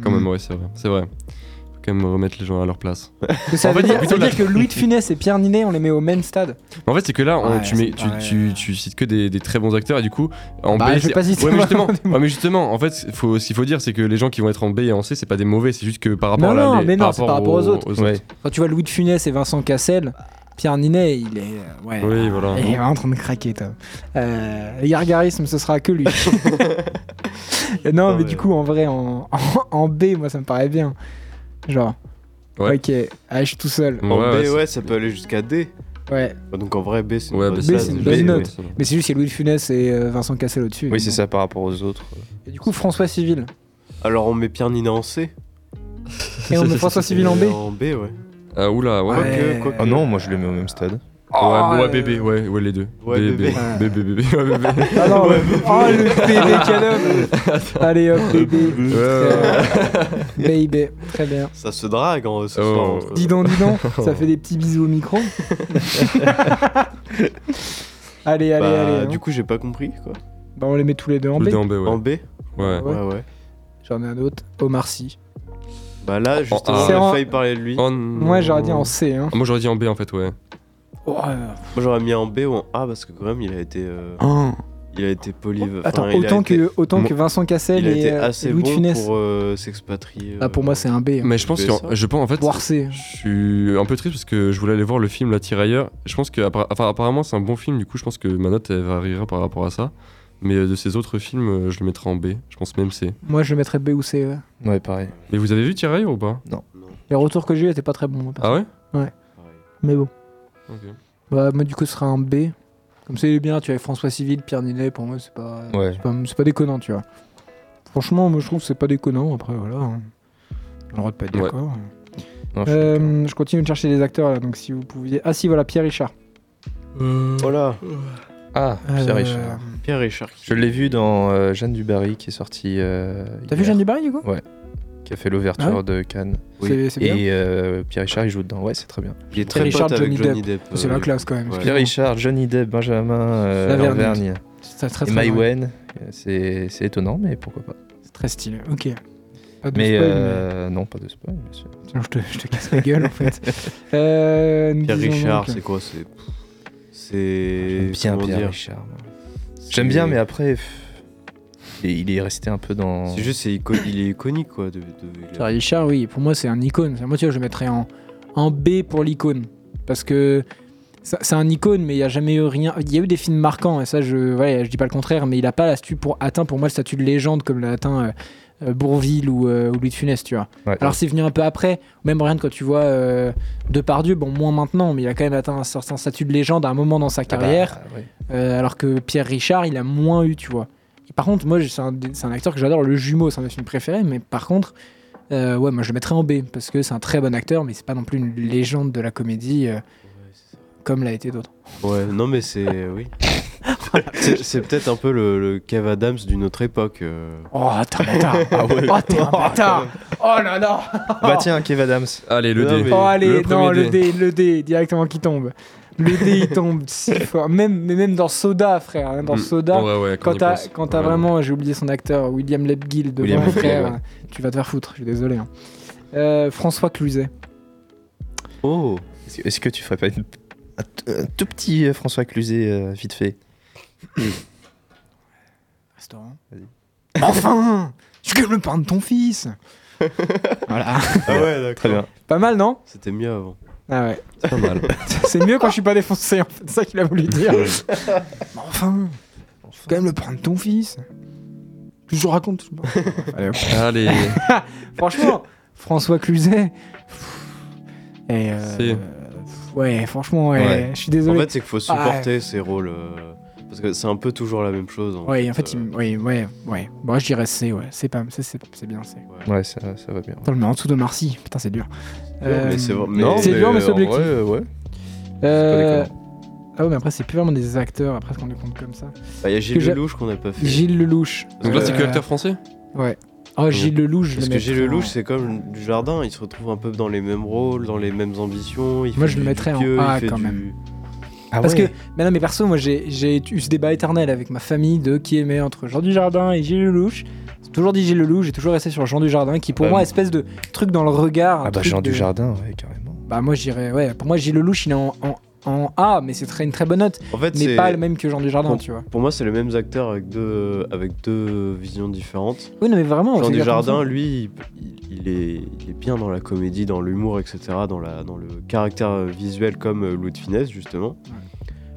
Speaker 2: Quand même,
Speaker 3: Hmm.
Speaker 2: ouais, c'est vrai. C'est vrai. Faut quand même remettre les gens à leur place.
Speaker 3: Hmm. Ça
Speaker 2: En
Speaker 3: veut
Speaker 2: fait,
Speaker 3: dire,
Speaker 2: plutôt
Speaker 3: ça veut
Speaker 2: la-
Speaker 3: dire que Louis de Funès et Pierre Ninet, on les met au même stade.
Speaker 2: Mais en fait, c'est que là, on-
Speaker 3: Ouais,
Speaker 2: tu, mets,
Speaker 3: c'est
Speaker 2: tu,
Speaker 3: pareil,
Speaker 2: tu,
Speaker 3: ouais.
Speaker 2: tu cites que des, des très bons acteurs, et du coup, en
Speaker 3: Bah,
Speaker 2: B.
Speaker 3: je vais
Speaker 2: c'est-
Speaker 3: pas citer [laughs]
Speaker 2: ouais, mais
Speaker 3: vraiment
Speaker 2: justement,
Speaker 3: des
Speaker 2: ouais, mais justement, en fait, c'est- faut, ce qu'il faut dire, c'est que les gens qui vont être en B et en C, c'est pas des mauvais, c'est juste que par rapport
Speaker 3: Non,
Speaker 2: à la.
Speaker 3: non,
Speaker 2: les-
Speaker 3: mais non, c'est par rapport aux autres.
Speaker 4: Ouais.
Speaker 3: Quand tu vois Louis de Funès et Vincent Cassel, Pierre Ninet, il est. euh, Ouais.
Speaker 2: Oui, voilà.
Speaker 3: Il est vraiment en train de craquer, Tom. Euh, Yargarisme, ce
Speaker 2: [laughs]
Speaker 3: sera que lui. Et non,
Speaker 1: Ah ouais.
Speaker 3: mais du coup, en vrai, en, en, en B, moi, ça me paraît bien. Genre,
Speaker 2: Ouais.
Speaker 3: ok, ah, je suis tout seul.
Speaker 1: En
Speaker 2: Ouais,
Speaker 1: B,
Speaker 2: ouais,
Speaker 1: ouais,
Speaker 2: c'est-
Speaker 1: ça peut aller jusqu'à D.
Speaker 3: Ouais,
Speaker 1: Bah, Donc en vrai, B, c'est une
Speaker 2: Ouais,
Speaker 1: bonne
Speaker 2: bah,
Speaker 3: c'est-
Speaker 1: base.
Speaker 3: c'est une
Speaker 1: B,
Speaker 3: bonne
Speaker 1: oui.
Speaker 3: note. mais c'est juste, il y a Louis de Funès et euh, Vincent Cassel au-dessus.
Speaker 4: Oui, c'est ça par rapport aux autres.
Speaker 3: Et du coup, François Civil.
Speaker 1: Alors on met Pierre Ninet en C.
Speaker 3: Et on met François Civil en B.
Speaker 1: Et En B, ouais.
Speaker 2: Ah, oula, ouais.
Speaker 3: Ouais.
Speaker 1: Quoique, quoique.
Speaker 4: Oh non, moi je le mets au même stade.
Speaker 3: Ah,
Speaker 2: ouais,
Speaker 3: euh,
Speaker 2: ouais, bébé, ouais, ouais, les deux.
Speaker 1: Ouais,
Speaker 2: bébé.
Speaker 3: bébé.
Speaker 2: Bébé, bébé, ouais, bébé.
Speaker 3: Ah non, mais- oh le bébé canon Allez hop, Euh, bébé. Baby, très bien.
Speaker 1: Ça se drague en ce
Speaker 2: Oh.
Speaker 1: soir. hein. entre-
Speaker 3: Dis donc, dis donc, ça fait des petits bisous au [laughs] micro. allez, allez,
Speaker 1: Bah,
Speaker 3: allez. hein.
Speaker 1: Du coup, j'ai pas compris quoi.
Speaker 3: Bah, on les met tous les deux en
Speaker 2: Tous
Speaker 3: B.
Speaker 2: les deux en B,
Speaker 1: En
Speaker 2: ouais.
Speaker 1: B.
Speaker 2: Ouais.
Speaker 1: Ouais,
Speaker 3: Ouais.
Speaker 1: ouais.
Speaker 3: J'en ai un autre, Omar Sy.
Speaker 1: Bah là, justement,
Speaker 2: C'est
Speaker 1: on
Speaker 3: en-
Speaker 1: a failli parler de lui.
Speaker 2: Oh,
Speaker 3: Moi,
Speaker 2: non.
Speaker 3: j'aurais dit en C. Hein.
Speaker 2: Ah, Moi, j'aurais dit en B, en fait, ouais.
Speaker 3: Oh, euh,
Speaker 1: Moi j'aurais mis en B ou en A parce que quand même il a été, euh,
Speaker 4: Ah.
Speaker 1: il a été polyvalent.
Speaker 3: Attends,
Speaker 1: Enfin, il a
Speaker 3: autant,
Speaker 1: été-
Speaker 3: que, autant
Speaker 2: Moi-
Speaker 3: que Vincent Cassel
Speaker 1: il a
Speaker 3: et
Speaker 1: été
Speaker 3: euh,
Speaker 1: assez
Speaker 3: Louis de
Speaker 1: bon
Speaker 3: Funès.
Speaker 1: pour euh, s'expatrier. euh,
Speaker 3: Ah, pour moi, c'est un B. hein.
Speaker 2: Mais je pense
Speaker 1: B,
Speaker 2: que.
Speaker 1: ça.
Speaker 2: Je pense, en fait.
Speaker 3: Voire C.
Speaker 2: Je suis un peu triste parce que je voulais aller voir le film La Tirailleur. Je pense que appara- enfin, apparemment c'est un bon film, du coup je pense que ma note elle variera par rapport à ça. Mais euh, de ces autres films, euh, je le mettrai en B. Je pense même C.
Speaker 3: Moi, je le mettrais B ou C. ouais.
Speaker 4: Ouais, pareil.
Speaker 2: Mais vous avez vu Tirailleur ou pas
Speaker 3: Les retours que j'ai eu étaient pas très bons. moi, perso.
Speaker 2: Ah ouais
Speaker 1: Ah.
Speaker 3: Mais bon.
Speaker 2: Ok.
Speaker 3: Bah, moi, du coup, ce sera un B. Comme ça, il est bien, tu vois, avec François Civil, Pierre Ninet, pour moi, c'est pas,
Speaker 4: Ouais.
Speaker 3: c'est pas, c'est pas déconnant, tu vois. Franchement, moi, je trouve que c'est pas déconnant, après, voilà. hein. J'ai le droit de pas être
Speaker 2: Ouais.
Speaker 3: d'accord.
Speaker 4: Non, je suis
Speaker 3: Euh,
Speaker 4: d'accord.
Speaker 3: je continue de chercher des acteurs, là, donc si vous pouviez... Ah si, voilà, Pierre Richard.
Speaker 1: Voilà.
Speaker 4: Ah, Euh, Pierre Richard.
Speaker 1: Pierre Richard.
Speaker 4: Je l'ai vu dans euh, Jeanne Dubarry qui est sortie. euh,
Speaker 3: T'as vu
Speaker 4: hier,
Speaker 3: Jeanne Dubarry du coup
Speaker 4: Qui a fait l'ouverture
Speaker 3: Ah
Speaker 4: de Cannes.
Speaker 1: Oui.
Speaker 3: C'est- C'est bien.
Speaker 4: Et euh, Pierre Richard, il joue dedans. Ouais, c'est très bien.
Speaker 1: Il est très
Speaker 3: Richard,
Speaker 1: pote avec
Speaker 3: Johnny
Speaker 1: Johnny Depp.
Speaker 3: Ah, C'est
Speaker 1: euh,
Speaker 3: la classe quand même.
Speaker 1: ouais.
Speaker 4: Pierre Richard, Johnny Depp, Benjamin euh,
Speaker 3: Lavergne.
Speaker 4: Lavergne
Speaker 3: C'est très
Speaker 4: et
Speaker 3: très, bien.
Speaker 4: Maïwen. C'est c'est étonnant, mais pourquoi pas.
Speaker 3: C'est très stylé. Ok. Pas de
Speaker 4: Mais
Speaker 3: spoil,
Speaker 4: euh, non, pas de spoil, bien sûr.
Speaker 3: mais- Sinon, je te, je te casse la gueule en
Speaker 4: [laughs]
Speaker 3: fait. Euh, nous
Speaker 1: Pierre
Speaker 3: disons
Speaker 1: Richard,
Speaker 3: donc-
Speaker 1: c'est quoi C'est. C'est.
Speaker 4: J'aime bien
Speaker 1: comment
Speaker 4: Pierre
Speaker 1: dire
Speaker 4: Richard. moi. J'aime bien, mais après, pff, et il est resté un peu dans.
Speaker 1: C'est juste, c'est ico- il est iconique quoi. De, de- il
Speaker 3: Pierre
Speaker 1: a-
Speaker 3: Richard, oui, pour moi, c'est un icône. Moi, tu vois, je le mettrais en, en B pour l'icône. Parce que ça- c'est un icône, mais il n'y a jamais eu rien. Il y a eu des films marquants, et ça, je ne je dis pas le contraire, mais il n'a pas la stu- pour, atteint pour moi le statut de légende comme l'a atteint euh, euh, Bourvil ou, euh, ou Louis de Funès, tu vois.
Speaker 4: Ouais.
Speaker 3: Alors, c'est venu un peu après. Même rien que quand tu vois euh, Depardieu, bon, moins maintenant, mais il a quand même atteint un certain statut de légende à un moment dans sa
Speaker 4: Ah bah,
Speaker 3: carrière.
Speaker 4: ouais.
Speaker 3: Euh, alors que Pierre Richard, il a moins eu, tu vois. Et par contre, moi, c'est un, des- c'est un acteur que j'adore, le jumeau, c'est un de mes films préférés, mais par contre, euh, ouais, moi je le mettrais en B, parce que c'est un très bon acteur, mais c'est pas non plus une légende de la comédie euh, comme l'a été d'autres.
Speaker 1: Ouais, non, mais c'est.
Speaker 3: [laughs]
Speaker 1: Oui. c'est c'est peut-être un peu le, le Kev Adams d'une autre époque. euh.
Speaker 3: Oh, t'es un
Speaker 2: [laughs]
Speaker 3: bâtard
Speaker 2: Ah
Speaker 3: Oh, t'es un bâtard Oh là là
Speaker 4: Bah tiens, Kev Adams.
Speaker 2: Allez, le
Speaker 1: Non,
Speaker 2: dé.
Speaker 1: Ah, mais-
Speaker 3: Oh, allez,
Speaker 2: premier
Speaker 3: non, le
Speaker 2: dé.
Speaker 3: dé, le dé, directement qui tombe. Le dé, il tombe six fois. Même, mais même dans Soda, frère, hein, dans
Speaker 2: Mm.
Speaker 3: Soda,
Speaker 2: Ouais, ouais,
Speaker 3: quand
Speaker 2: on y
Speaker 3: t'as
Speaker 2: pense.
Speaker 3: quand t'as
Speaker 2: Ouais.
Speaker 3: vraiment, j'ai oublié son acteur, William Lebguil devant,
Speaker 4: William Lebguil,
Speaker 3: frère,
Speaker 4: ouais.
Speaker 3: tu vas te faire foutre, je suis désolé. hein. Euh, François Cluzet.
Speaker 1: Oh
Speaker 4: Est-ce que- est-ce que tu ferais pas une- un, t- un tout petit euh, François Cluzet euh, vite fait
Speaker 3: Restaurant.
Speaker 4: Vas-y.
Speaker 3: Enfin Tu gueules le pain de ton
Speaker 4: [laughs]
Speaker 3: fils Voilà.
Speaker 1: Ah ouais, d'accord.
Speaker 4: Très bien.
Speaker 3: Pas mal, non
Speaker 1: C'était mieux avant.
Speaker 3: Ah ouais.
Speaker 4: C'est pas mal.
Speaker 3: [laughs] C'est mieux quand je suis pas défoncé, en fait, c'est ça qu'il a voulu dire. Mais enfin Tu gueules le pain de ton fils Je te raconte. je sais pas.
Speaker 2: Allez,
Speaker 3: Franchement, François Cluzet. pff, Et euh,
Speaker 2: C'est-
Speaker 3: pff, ouais, franchement, ouais,
Speaker 4: Ouais.
Speaker 3: je suis
Speaker 1: En
Speaker 3: désolé. Ah.
Speaker 1: fait, c'est qu'il faut supporter ces rôles. euh, Parce que c'est un peu toujours la même chose.
Speaker 3: ouais, en fait, il-
Speaker 1: euh,
Speaker 3: ouais, ouais, ouais. Moi, je dirais C, ouais. C'est pas, c'est- c'est c'est bien, c'est.
Speaker 1: ouais.
Speaker 4: [laughs] Ouais, ça, ça va bien.
Speaker 3: Attends, mais en dessous de Marcy, putain, c'est dur. Euh,
Speaker 1: mais c'est vrai- mais-
Speaker 4: Non,
Speaker 3: c'est dur, mais c'est
Speaker 4: en vrai,
Speaker 3: objectif.
Speaker 4: euh, ouais.
Speaker 3: Euh,
Speaker 4: C'est
Speaker 3: Ah ouais, mais après, c'est plus vraiment des acteurs, après, ce qu'on les compte comme ça.
Speaker 1: Bah, Il y a Gilles
Speaker 3: que j'ai-
Speaker 1: Lelouch qu'on n'a pas fait.
Speaker 3: Gilles Lelouch.
Speaker 2: donc là c'est que
Speaker 3: Euh,
Speaker 2: l'acteur français
Speaker 3: Ouais. Oh, Gilles Lelouch, je
Speaker 1: Parce
Speaker 3: le hein.
Speaker 1: que
Speaker 3: mettrais
Speaker 1: Gilles Lelouch,
Speaker 3: en-
Speaker 1: c'est comme du jardin, il se retrouve un peu dans les mêmes rôles, dans les mêmes ambitions. Il
Speaker 3: Moi,
Speaker 1: fait
Speaker 3: je le
Speaker 1: du- du
Speaker 3: mettrais en
Speaker 1: pieux,
Speaker 3: A,
Speaker 1: il fait
Speaker 3: quand
Speaker 1: du-
Speaker 3: même.
Speaker 4: Ah
Speaker 3: Parce
Speaker 4: ouais.
Speaker 3: que, mais non, mais perso, moi, j'ai j'ai eu ce débat éternel avec ma famille de qui aimait entre Jean Dujardin et Gilles Lelouch. J'ai toujours dit Gilles Lelouch, j'ai toujours resté sur Jean Dujardin, qui pour
Speaker 4: Euh,
Speaker 3: moi, espèce de truc dans le regard. un
Speaker 4: Ah bah
Speaker 3: truc
Speaker 4: Jean
Speaker 3: de-
Speaker 4: Dujardin, ouais, carrément.
Speaker 3: Bah, moi, j'irais, ouais, pour moi, Gilles Lelouch, il est en, en, en A, mais c'est très, une très bonne note,
Speaker 1: En fait,
Speaker 3: mais
Speaker 1: c'est-
Speaker 3: pas le même que Jean Dujardin,
Speaker 1: Bon.
Speaker 3: tu vois.
Speaker 1: pour moi, c'est les mêmes acteurs avec deux, avec deux visions différentes.
Speaker 3: Oui, non, mais vraiment.
Speaker 1: Jean
Speaker 3: c'est exactement
Speaker 1: Dujardin,
Speaker 3: ça.
Speaker 1: lui, il, il est, il est bien dans la comédie, dans l'humour, etc., dans, la, dans le caractère euh, visuel comme euh, Louis de Finesse, justement.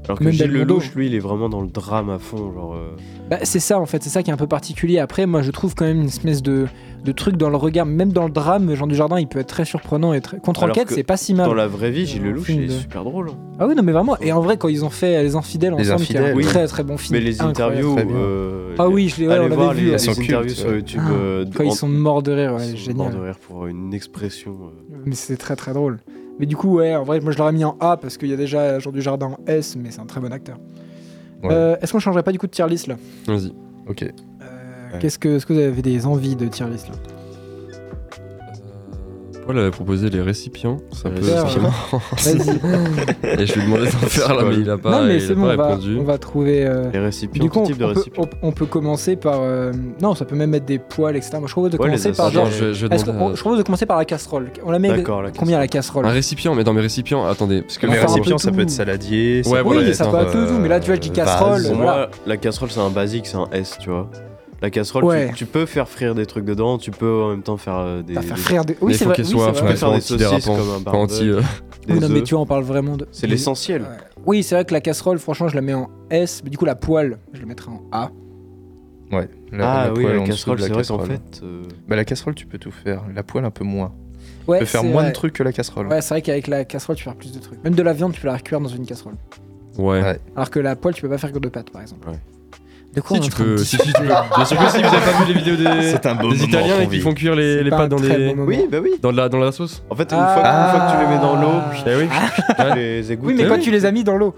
Speaker 1: Alors que
Speaker 3: Même
Speaker 1: Gilles
Speaker 3: Belmondo.
Speaker 1: Lelouch, lui, il est vraiment dans le drame à fond. Genre, euh,
Speaker 3: Bah, c'est ça en fait, c'est ça qui est un peu particulier. Après, moi je trouve quand même une espèce de, de truc dans le regard, même dans le drame, Jean Dujardin il peut être très surprenant et très.
Speaker 1: Alors
Speaker 3: Contre-enquête,
Speaker 1: que
Speaker 3: c'est pas si mal.
Speaker 1: dans la vraie vie,
Speaker 3: Euh,
Speaker 1: Gilles
Speaker 3: un
Speaker 1: Lelouch,
Speaker 3: film
Speaker 1: il est
Speaker 3: de-
Speaker 1: super drôle. hein.
Speaker 3: Ah oui, non mais vraiment, et en vrai, quand ils ont fait Les Infidèles
Speaker 4: Les
Speaker 3: ensemble, qui est un
Speaker 4: Infidèles,
Speaker 1: oui.
Speaker 3: très très bon film.
Speaker 1: Mais les
Speaker 3: incroyable.
Speaker 1: interviews.
Speaker 4: Très bien.
Speaker 1: euh,
Speaker 3: Ah oui, je l'ai ouais, on
Speaker 1: Allez
Speaker 3: l'avait
Speaker 1: voir
Speaker 3: vu.
Speaker 1: les,
Speaker 3: ouais.
Speaker 1: les
Speaker 4: Elles sont
Speaker 1: interviews
Speaker 4: cultes,
Speaker 1: sur
Speaker 4: ouais.
Speaker 1: YouTube.
Speaker 3: Ah,
Speaker 1: euh,
Speaker 3: Quand ils
Speaker 1: en-
Speaker 3: sont morts de rire, ouais,
Speaker 1: ils sont morts
Speaker 3: génial.
Speaker 1: de rire pour une expression. euh.
Speaker 3: Mais c'est très très drôle. Mais du coup, ouais, en vrai, moi je l'aurais mis en A parce qu'il y a déjà Jean Dujardin en S, mais c'est un très bon acteur.
Speaker 4: Ouais.
Speaker 3: Euh, Est-ce qu'on changerait pas du coup de tier list là
Speaker 2: Vas-y.
Speaker 4: Ok.
Speaker 3: Euh, Qu'est-ce que, est-ce que vous avez des envies de tier
Speaker 2: [laughs]
Speaker 3: list là
Speaker 2: Paul avait proposé les récipients, c'est un peu
Speaker 1: Ouais,
Speaker 2: c'est marrant.
Speaker 3: Vas-y.
Speaker 2: Et je lui demandais
Speaker 3: [laughs]
Speaker 2: d'en faire là, mais il a pas,
Speaker 3: non mais
Speaker 2: il
Speaker 3: c'est
Speaker 2: a
Speaker 3: bon,
Speaker 2: pas
Speaker 3: on va,
Speaker 2: répondu.
Speaker 3: on va trouver. euh,
Speaker 1: Les récipients,
Speaker 3: Du coup,
Speaker 1: tout
Speaker 3: on,
Speaker 1: type de
Speaker 3: on peut,
Speaker 1: récipients.
Speaker 3: on- on peut commencer par. euh, non, ça peut même être des poils, etc. Moi, je propose de
Speaker 1: Ouais, les
Speaker 3: commencer par.
Speaker 1: accessoires.
Speaker 3: Genre,
Speaker 2: Attends, je, je vais
Speaker 3: est-ce qu'on-
Speaker 2: demander Ah,
Speaker 3: je propose de commencer par la casserole. On la met
Speaker 1: D'accord, la
Speaker 3: combien la casserole
Speaker 2: à- un récipient, mais dans mes récipients, attendez,
Speaker 4: Parce que
Speaker 3: On
Speaker 4: mes
Speaker 3: va faire un
Speaker 4: récipients,
Speaker 3: peu
Speaker 4: ça
Speaker 3: tout.
Speaker 4: peut être saladier.
Speaker 2: Ouais, voilà,
Speaker 3: Oui, ça peut être tout, mais là, tu vois, je dis
Speaker 4: euh,
Speaker 3: casserole,
Speaker 1: Pour
Speaker 4: vase.
Speaker 3: voilà.
Speaker 1: moi, la casserole, c'est un basique, c'est un S, tu vois. La casserole, tu-
Speaker 3: Ouais.
Speaker 1: tu, peux faire frire des trucs dedans, tu peux en même temps faire euh, des.
Speaker 3: T'as fait
Speaker 1: des-
Speaker 3: frire des.
Speaker 2: mais
Speaker 3: Oui,
Speaker 2: il
Speaker 3: c'est
Speaker 2: faut
Speaker 3: vrai.
Speaker 2: qu'elle
Speaker 3: oui,
Speaker 2: soit,
Speaker 3: c'est
Speaker 2: faut
Speaker 3: vrai.
Speaker 1: vrai.
Speaker 2: qu'elle soit
Speaker 1: Faire des
Speaker 2: antidérapante,
Speaker 1: saucisses comme un
Speaker 2: pas anti.
Speaker 1: barbecue.
Speaker 2: euh,
Speaker 1: des
Speaker 3: Oui, non, mais
Speaker 1: œufs.
Speaker 3: tu vois, on parle vraiment de.
Speaker 1: C'est
Speaker 3: Mais-
Speaker 1: l'essentiel.
Speaker 3: Ouais. Oui, c'est vrai que la casserole, franchement, je la mets en S. Mais du coup, la poêle, je la mettrais en A.
Speaker 4: Ouais.
Speaker 1: Ah oui,
Speaker 4: poêle
Speaker 1: la
Speaker 4: en dessous
Speaker 1: casserole,
Speaker 4: de la
Speaker 1: c'est vrai qu'en
Speaker 4: casserole.
Speaker 1: fait. euh,
Speaker 4: Bah, la casserole, tu peux tout faire. La poêle, un peu moins.
Speaker 3: Ouais,
Speaker 4: Tu peux faire
Speaker 3: c'est
Speaker 4: moins
Speaker 3: vrai.
Speaker 4: de trucs que la casserole.
Speaker 3: Ouais, c'est vrai qu'avec la casserole, tu peux faire plus de trucs. Même de la viande, tu peux la cuire dans une casserole.
Speaker 2: Ouais.
Speaker 4: Ouais.
Speaker 3: Alors que la poêle, tu peux pas faire que de pâtes, par exemple.
Speaker 1: Ouais.
Speaker 3: De quoi
Speaker 2: Si
Speaker 3: on est en
Speaker 2: tu
Speaker 3: train de
Speaker 2: peux, si, si, tu peux. Bien sûr que si, vous avez pas vu les vidéos des,
Speaker 4: C'est un beau
Speaker 2: des
Speaker 4: moment
Speaker 2: Italiens
Speaker 4: qu'on
Speaker 2: qui
Speaker 4: vit.
Speaker 2: font cuire les,
Speaker 3: C'est
Speaker 2: les
Speaker 3: pas un
Speaker 2: pâtes dans
Speaker 3: très
Speaker 2: les,
Speaker 3: bon moment.
Speaker 1: Oui, bah oui.
Speaker 2: dans la dans la sauce.
Speaker 1: En fait, une, fois, que- une fois que tu les mets dans l'eau,
Speaker 3: Ah.
Speaker 1: eh oui,
Speaker 2: Ah.
Speaker 1: tu les égouttes.
Speaker 3: Oui, mais
Speaker 2: Eh
Speaker 3: quand
Speaker 2: oui.
Speaker 3: tu les as mis dans l'eau.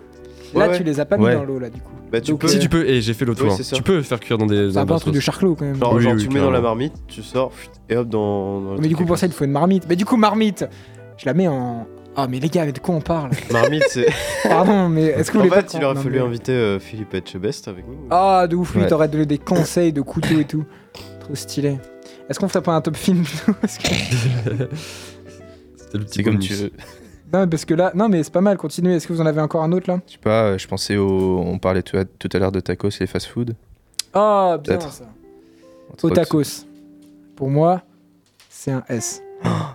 Speaker 3: Là,
Speaker 1: Ouais,
Speaker 3: tu les as pas mis
Speaker 4: Ouais.
Speaker 3: dans l'eau, là, du coup.
Speaker 1: Bah, tu
Speaker 3: Donc,
Speaker 1: peux.
Speaker 2: Si
Speaker 3: euh,
Speaker 2: tu peux, et j'ai fait l'autre
Speaker 1: Oui,
Speaker 2: fois.
Speaker 1: c'est ça.
Speaker 2: Tu peux faire cuire dans des.
Speaker 3: C'est
Speaker 2: dans
Speaker 3: un peu
Speaker 2: des
Speaker 3: un truc de
Speaker 2: sauces.
Speaker 3: charclot quand même.
Speaker 1: Genre,
Speaker 2: Oui,
Speaker 1: genre,
Speaker 2: oui,
Speaker 1: tu le mets dans la
Speaker 2: clairement.
Speaker 1: marmite, tu sors, pfft, et hop, dans. dans le
Speaker 3: Mais du
Speaker 1: truc
Speaker 3: coup,
Speaker 1: et
Speaker 3: pour
Speaker 1: tout.
Speaker 3: ça, il te faut une marmite. Mais du coup, marmite, je la mets en. Ah, mais les gars, mais de quoi on parle
Speaker 1: [laughs] Marmite, c'est.
Speaker 3: Pardon, mais [laughs] est-ce que
Speaker 1: En
Speaker 3: vous voulez pas
Speaker 1: fait,
Speaker 3: qu'on-
Speaker 1: il aurait
Speaker 3: non,
Speaker 1: fallu
Speaker 3: mais-
Speaker 1: inviter euh, Philippe Etchebest avec nous.
Speaker 3: Ah, de ouf, lui,
Speaker 4: Ouais.
Speaker 3: t'aurais donné des conseils de couteaux et tout. Trop stylé. Est-ce qu'on ferait pas un top film [laughs] nous Parce que-
Speaker 2: C'était le petit
Speaker 4: C'est comme
Speaker 2: bonus.
Speaker 4: tu veux.
Speaker 3: Non, parce que là, non, mais c'est pas mal, continuez. Est-ce que vous en avez encore un autre là
Speaker 4: Je sais pas, euh, je pensais au. On parlait tout à, tout à l'heure de tacos et fast food.
Speaker 3: Ah, bien
Speaker 4: Peut-être.
Speaker 3: ça. Au tacos. Pour moi, c'est un S.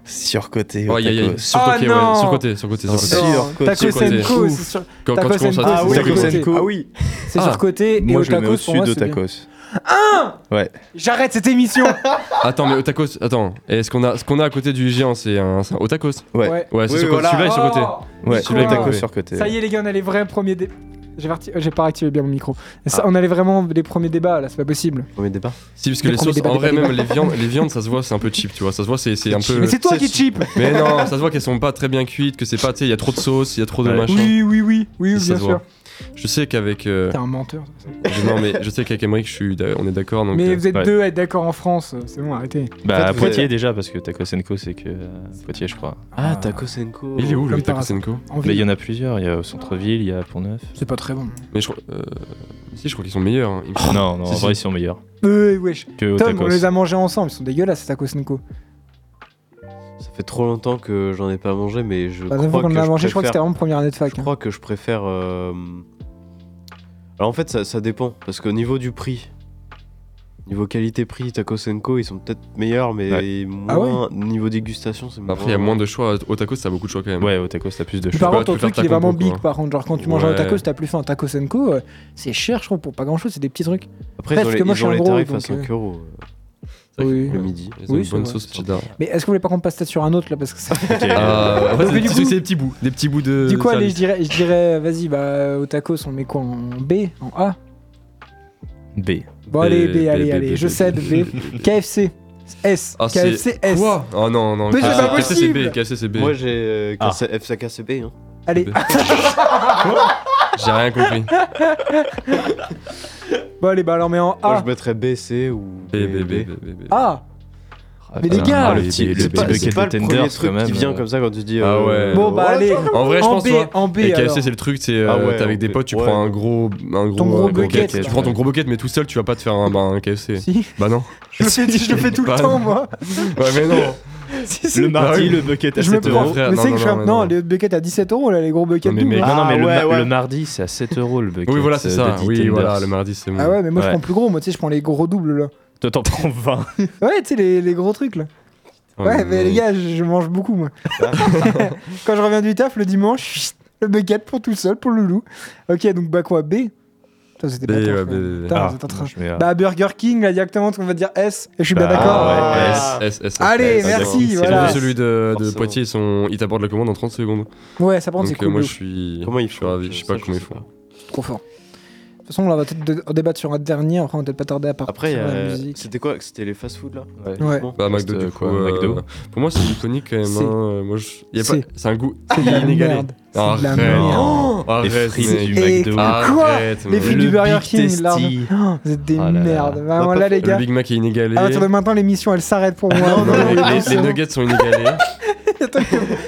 Speaker 4: Surcoté. au
Speaker 2: Ouais, y a- y a-
Speaker 4: tacos.
Speaker 2: surcoté,
Speaker 3: Ah, non.
Speaker 2: ouais. Surcoté, surcoté,
Speaker 4: Non,
Speaker 2: surcoté.
Speaker 4: c'est-
Speaker 3: Non,
Speaker 4: Surcoté.
Speaker 3: Tacos
Speaker 2: Surcoté.
Speaker 3: Co, c'est sur-
Speaker 2: Quand, quand
Speaker 3: Tacos
Speaker 2: tu commences
Speaker 3: and
Speaker 2: à
Speaker 3: Co,
Speaker 2: dire
Speaker 3: c'est
Speaker 2: surcoté,
Speaker 3: surcoté.
Speaker 2: surcoté.
Speaker 3: Ah
Speaker 1: oui
Speaker 3: c'est
Speaker 2: Ah.
Speaker 3: surcoté. et
Speaker 4: Moi,
Speaker 3: au
Speaker 4: je le mets
Speaker 3: tacos, pour
Speaker 4: au-dessus
Speaker 3: moi,
Speaker 4: de
Speaker 3: c'est bien.
Speaker 4: tacos. Ouais.
Speaker 3: J'arrête cette émission
Speaker 2: Attends, mais au tacos, attends. Et ce qu'on a, ce qu'on a à côté du géant, c'est un, c'est un- au tacos.
Speaker 4: Ouais.
Speaker 2: Ouais, c'est
Speaker 1: Oui,
Speaker 2: surcoté.
Speaker 1: voilà.
Speaker 2: Celui-là est surcoté.
Speaker 3: Oh
Speaker 4: Ouais,
Speaker 3: Nicolas.
Speaker 4: le tacos surcoté.
Speaker 3: Ça y est les gars, on a les vrais premiers débats. J'ai parti- euh, j'ai pas activé bien mon micro.
Speaker 4: Ah.
Speaker 3: Ça, On a les vraiment les premiers débats là, c'est pas possible.
Speaker 1: Premier départ.
Speaker 2: Si, parce que
Speaker 3: Le
Speaker 2: les
Speaker 3: premier
Speaker 2: sauces,
Speaker 3: débat,
Speaker 2: en
Speaker 3: débat,
Speaker 2: vrai,
Speaker 3: débat.
Speaker 2: même les viandes, les viandes, ça se voit, c'est un peu cheap, tu vois. Ça se voit, c'est c'est un peu.
Speaker 3: Mais c'est toi
Speaker 1: c'est
Speaker 3: qui es cheap
Speaker 2: Mais non, ça se voit qu'elles sont pas très bien cuites, que c'est pas, tu sais, il y a trop de sauce, il y a trop de
Speaker 4: Ouais.
Speaker 2: machin.
Speaker 3: Oui, oui, oui, oui,
Speaker 2: Ça
Speaker 3: bien
Speaker 2: se voit.
Speaker 3: sûr.
Speaker 2: Je sais qu'avec. euh,
Speaker 3: T'es un menteur.
Speaker 2: je- non, mais je sais qu'avec Emmerich, je suis d'a- on est d'accord. donc,
Speaker 3: Mais
Speaker 2: euh,
Speaker 3: vous êtes
Speaker 2: ouais.
Speaker 3: deux à être d'accord en France, euh, c'est bon, arrêtez.
Speaker 1: En fait,
Speaker 4: Bah, à
Speaker 1: vous
Speaker 4: Poitiers
Speaker 1: avez-
Speaker 4: déjà, parce que tacos and Co, c'est que euh, Poitiers, je crois.
Speaker 1: Ah, Takosenko.
Speaker 2: Il est où le
Speaker 3: Comme par
Speaker 2: tacos and Co
Speaker 3: En
Speaker 4: Mais il y
Speaker 3: ville,
Speaker 4: en a plusieurs. Il y a au centre-ville, il y a à Pont-Neuf.
Speaker 3: c'est pas très bon.
Speaker 2: Mais je crois. euh, Si, je crois qu'ils sont meilleurs. hein. Il me semble.
Speaker 4: Non, non, en
Speaker 2: Si,
Speaker 4: vrai, ils
Speaker 2: si.
Speaker 4: sont meilleurs
Speaker 3: Euh, wesh.
Speaker 4: que au
Speaker 3: Tom, on
Speaker 4: tacos.
Speaker 3: les a mangés ensemble, ils sont dégueulasses ces tacos Nico.
Speaker 1: Ça fait trop longtemps que j'en ai pas mangé, mais je
Speaker 3: La dernière fois
Speaker 1: crois
Speaker 3: Bah, qu'on
Speaker 1: que
Speaker 3: en a
Speaker 1: je
Speaker 3: mangé, je crois que
Speaker 1: préfère-
Speaker 3: c'était vraiment première année de fac.
Speaker 1: Je
Speaker 3: hein.
Speaker 1: crois que je préfère. euh, Alors en fait, ça, ça dépend. Parce qu'au niveau du prix, niveau qualité-prix, Takosenko, ils sont peut-être meilleurs, mais moins.
Speaker 3: Ah ouais
Speaker 1: niveau dégustation, c'est
Speaker 2: Après, il y a moins de choix. Au tacos, t'as beaucoup de choix quand même.
Speaker 4: Ouais, au tacos, t'as plus de
Speaker 3: Mais
Speaker 4: choix.
Speaker 3: Par
Speaker 2: pas,
Speaker 3: contre, ton
Speaker 2: tu peux
Speaker 3: truc
Speaker 2: faire
Speaker 3: il est
Speaker 2: ta
Speaker 3: vraiment
Speaker 2: compo,
Speaker 3: big.
Speaker 2: quoi.
Speaker 3: Par contre, genre quand tu manges un
Speaker 2: Ouais.
Speaker 3: tacos, t'as plus faim. Tacos and Co, euh, c'est cher, je trouve, pour pas grand chose. C'est des petits trucs.
Speaker 1: Après,
Speaker 3: Parce
Speaker 1: ils ont
Speaker 3: que
Speaker 1: les,
Speaker 3: moi,
Speaker 1: ils
Speaker 3: je suis
Speaker 1: ont
Speaker 3: un
Speaker 1: les
Speaker 3: gros,
Speaker 1: tarifs à
Speaker 3: donc,
Speaker 1: 5 euros euh,
Speaker 3: Oui.
Speaker 1: le midi.
Speaker 2: Ils ont
Speaker 3: Oui,
Speaker 2: une
Speaker 3: c'est
Speaker 2: bonne
Speaker 3: vrai,
Speaker 2: sauce
Speaker 1: c'est
Speaker 2: cheddar.
Speaker 3: Mais est-ce que vous voulez pas qu'on passe peut-être sur un autre là parce
Speaker 2: [laughs]
Speaker 3: que ça...
Speaker 4: Ok.
Speaker 2: Ah,
Speaker 3: Donc,
Speaker 2: ouais,
Speaker 3: mais
Speaker 2: c'est
Speaker 3: du
Speaker 2: des,
Speaker 3: coup-
Speaker 2: petits- c'est des petits bouts, des petits bouts de.
Speaker 3: Du coup,
Speaker 2: de
Speaker 3: allez,
Speaker 2: service.
Speaker 3: je dirais, je dirais, vas-y, bah au tacos, on met quoi en B, en A
Speaker 4: B.
Speaker 3: Bon, allez,
Speaker 2: B,
Speaker 3: B,
Speaker 2: B,
Speaker 3: allez,
Speaker 2: B,
Speaker 3: allez,
Speaker 2: B,
Speaker 3: je
Speaker 2: B,
Speaker 3: cède, B. [laughs] KFC, S.
Speaker 2: [laughs] Ah, c'est-
Speaker 3: KFC, S.
Speaker 2: Quoi Oh non, non.
Speaker 3: Mais c'est
Speaker 2: KFC,
Speaker 3: pas
Speaker 2: KFC, c'est
Speaker 3: possible
Speaker 2: B, KFC, c'est B.
Speaker 1: Moi, j'ai euh,
Speaker 4: Ah.
Speaker 1: FCKCB. Hein.
Speaker 3: Allez,
Speaker 2: B. [laughs] J'ai rien
Speaker 3: [laughs]
Speaker 2: compris.
Speaker 3: bon, allez, bah alors, mais en
Speaker 1: Moi,
Speaker 3: A.
Speaker 1: je mettrais BC ou.
Speaker 2: B, B, B, B, B, B.
Speaker 3: Ah Mais les
Speaker 4: Ah,
Speaker 3: gars,
Speaker 4: le petit, le
Speaker 2: c'est
Speaker 4: petit
Speaker 2: pas-
Speaker 4: bucket
Speaker 1: C'est pas
Speaker 4: de
Speaker 1: le
Speaker 4: tenders
Speaker 1: premier
Speaker 4: quand
Speaker 1: truc qui
Speaker 4: même,
Speaker 1: vient
Speaker 4: euh,
Speaker 1: comme ça quand tu dis.
Speaker 2: Ah
Speaker 1: euh,
Speaker 2: ouais.
Speaker 3: Bon, bah allez,
Speaker 2: En vrai, je
Speaker 3: en
Speaker 2: pense,
Speaker 3: B,
Speaker 2: toi.
Speaker 3: en B.
Speaker 2: Et
Speaker 3: alors.
Speaker 2: KFC, c'est le truc, c'est. euh,
Speaker 1: Ah ouais,
Speaker 2: t'es avec des
Speaker 1: ok.
Speaker 2: potes, tu
Speaker 1: Ouais.
Speaker 2: prends un gros. Un gros
Speaker 3: Ton gros
Speaker 2: un
Speaker 3: bucket,
Speaker 2: bucket.
Speaker 3: là.
Speaker 2: Tu prends ton gros bucket, mais tout seul, tu vas pas te faire un, bah, un KFC. [laughs]
Speaker 3: Si,
Speaker 2: Bah non.
Speaker 3: je le fais, je le fais tout le
Speaker 2: Bah,
Speaker 3: temps,
Speaker 2: non.
Speaker 3: moi. [laughs]
Speaker 2: Ouais, mais non.
Speaker 3: Si, si.
Speaker 4: Le
Speaker 2: Bah
Speaker 4: mardi,
Speaker 2: oui.
Speaker 4: le bucket à
Speaker 3: Ah Je me
Speaker 4: 7
Speaker 3: prends.
Speaker 4: euros.
Speaker 2: euros. Frère,
Speaker 3: mais
Speaker 2: non,
Speaker 3: c'est que
Speaker 2: non,
Speaker 3: je suis un-
Speaker 2: non,
Speaker 3: Non,
Speaker 2: non.
Speaker 3: les buckets à 17 euros, là, les gros buckets
Speaker 4: Non, mais, mais-
Speaker 3: doubles.
Speaker 4: non, non, mais
Speaker 1: Ah
Speaker 4: le,
Speaker 1: ouais,
Speaker 4: ma-
Speaker 1: ouais.
Speaker 4: le mardi, c'est à 7 euros le bucket.
Speaker 2: Oui, voilà, c'est
Speaker 4: euh,
Speaker 2: ça.
Speaker 4: des
Speaker 2: Oui,
Speaker 4: tenders.
Speaker 2: voilà, le mardi, c'est bon.
Speaker 3: Ah ouais, mais moi je
Speaker 4: Ouais.
Speaker 3: prends plus gros, moi tu sais, je prends les gros doubles là.
Speaker 4: Toi, t'en prends 20.
Speaker 3: Ouais, tu sais, les, les gros trucs là. Ouais, mais les gars, je, je mange
Speaker 2: [laughs]
Speaker 3: beaucoup moi. [laughs] Quand je reviens du taf le dimanche, [laughs] chut, le bucket pour tout seul, pour le loup. Ok, donc bah quoi, B Putain, c'était
Speaker 2: B,
Speaker 3: pas
Speaker 2: ouais,
Speaker 3: trop,
Speaker 2: B,
Speaker 3: frère.
Speaker 2: B, B.
Speaker 3: Putain,
Speaker 4: Ah,
Speaker 3: vous êtes en train-
Speaker 4: non, je mets, euh,
Speaker 3: Bah Burger King, là directement, on va dire S, et je suis bien
Speaker 4: Bah,
Speaker 3: d'accord.
Speaker 4: ouais,
Speaker 1: ouais.
Speaker 2: S, S, S, S.
Speaker 3: Allez,
Speaker 2: S.
Speaker 3: merci,
Speaker 4: c'est
Speaker 3: voilà.
Speaker 4: bon,
Speaker 2: Surtout celui de, de
Speaker 1: Forcément.
Speaker 2: Poitiers, ils, sont, ils t'apportent la commande en 30 secondes.
Speaker 3: Ouais, ça prend, c'est
Speaker 2: Donc euh,
Speaker 3: cool.
Speaker 2: moi
Speaker 3: de
Speaker 2: je
Speaker 3: ouf.
Speaker 2: suis,
Speaker 1: Comment ils
Speaker 2: je suis
Speaker 1: font
Speaker 2: ravi, je sais pas
Speaker 1: ça,
Speaker 2: comment ils font.
Speaker 3: Trop fort. De toute façon, là, on va peut-être dé- en débattre sur un dernier, après on va peut-être pas tarder à partir
Speaker 1: Après, il y
Speaker 3: sur
Speaker 1: a-
Speaker 2: euh,
Speaker 3: la musique.
Speaker 1: c'était quoi C'était les fast-food là
Speaker 3: Ouais.
Speaker 2: Bah McDo
Speaker 4: Reste,
Speaker 2: du
Speaker 4: euh,
Speaker 2: coup,
Speaker 4: quoi,
Speaker 2: euh,
Speaker 4: McDo.
Speaker 2: Pour moi c'est iconique quand même.
Speaker 3: C'est-
Speaker 2: hein. Moi, je- y a pas-
Speaker 3: c'est-
Speaker 2: C'est un goût
Speaker 3: C'est de Ah, la
Speaker 2: inégalé.
Speaker 3: merde. C'est de la
Speaker 2: Arrête.
Speaker 3: merde.
Speaker 4: Les
Speaker 2: Arrête,
Speaker 4: frites
Speaker 2: mec.
Speaker 4: du
Speaker 3: Et
Speaker 4: McDo.
Speaker 3: quoi
Speaker 2: Arrête,
Speaker 3: Les
Speaker 2: mec.
Speaker 3: frites
Speaker 4: Le
Speaker 3: du Burger
Speaker 4: Big
Speaker 3: King,
Speaker 4: Tasty.
Speaker 3: là. Oh, Vous êtes des
Speaker 4: Ah là là.
Speaker 3: merdes. Vraiment,
Speaker 1: Non,
Speaker 3: là,
Speaker 1: pas-
Speaker 3: les
Speaker 2: Le
Speaker 3: gars.
Speaker 2: Big Mac est inégalé.
Speaker 3: À partir de maintenant, l'émission, elle
Speaker 2: [laughs]
Speaker 3: s'arrête pour moi.
Speaker 1: Non, non,
Speaker 2: Les-
Speaker 1: non,
Speaker 3: [laughs]
Speaker 2: les, les nuggets sont inégalés.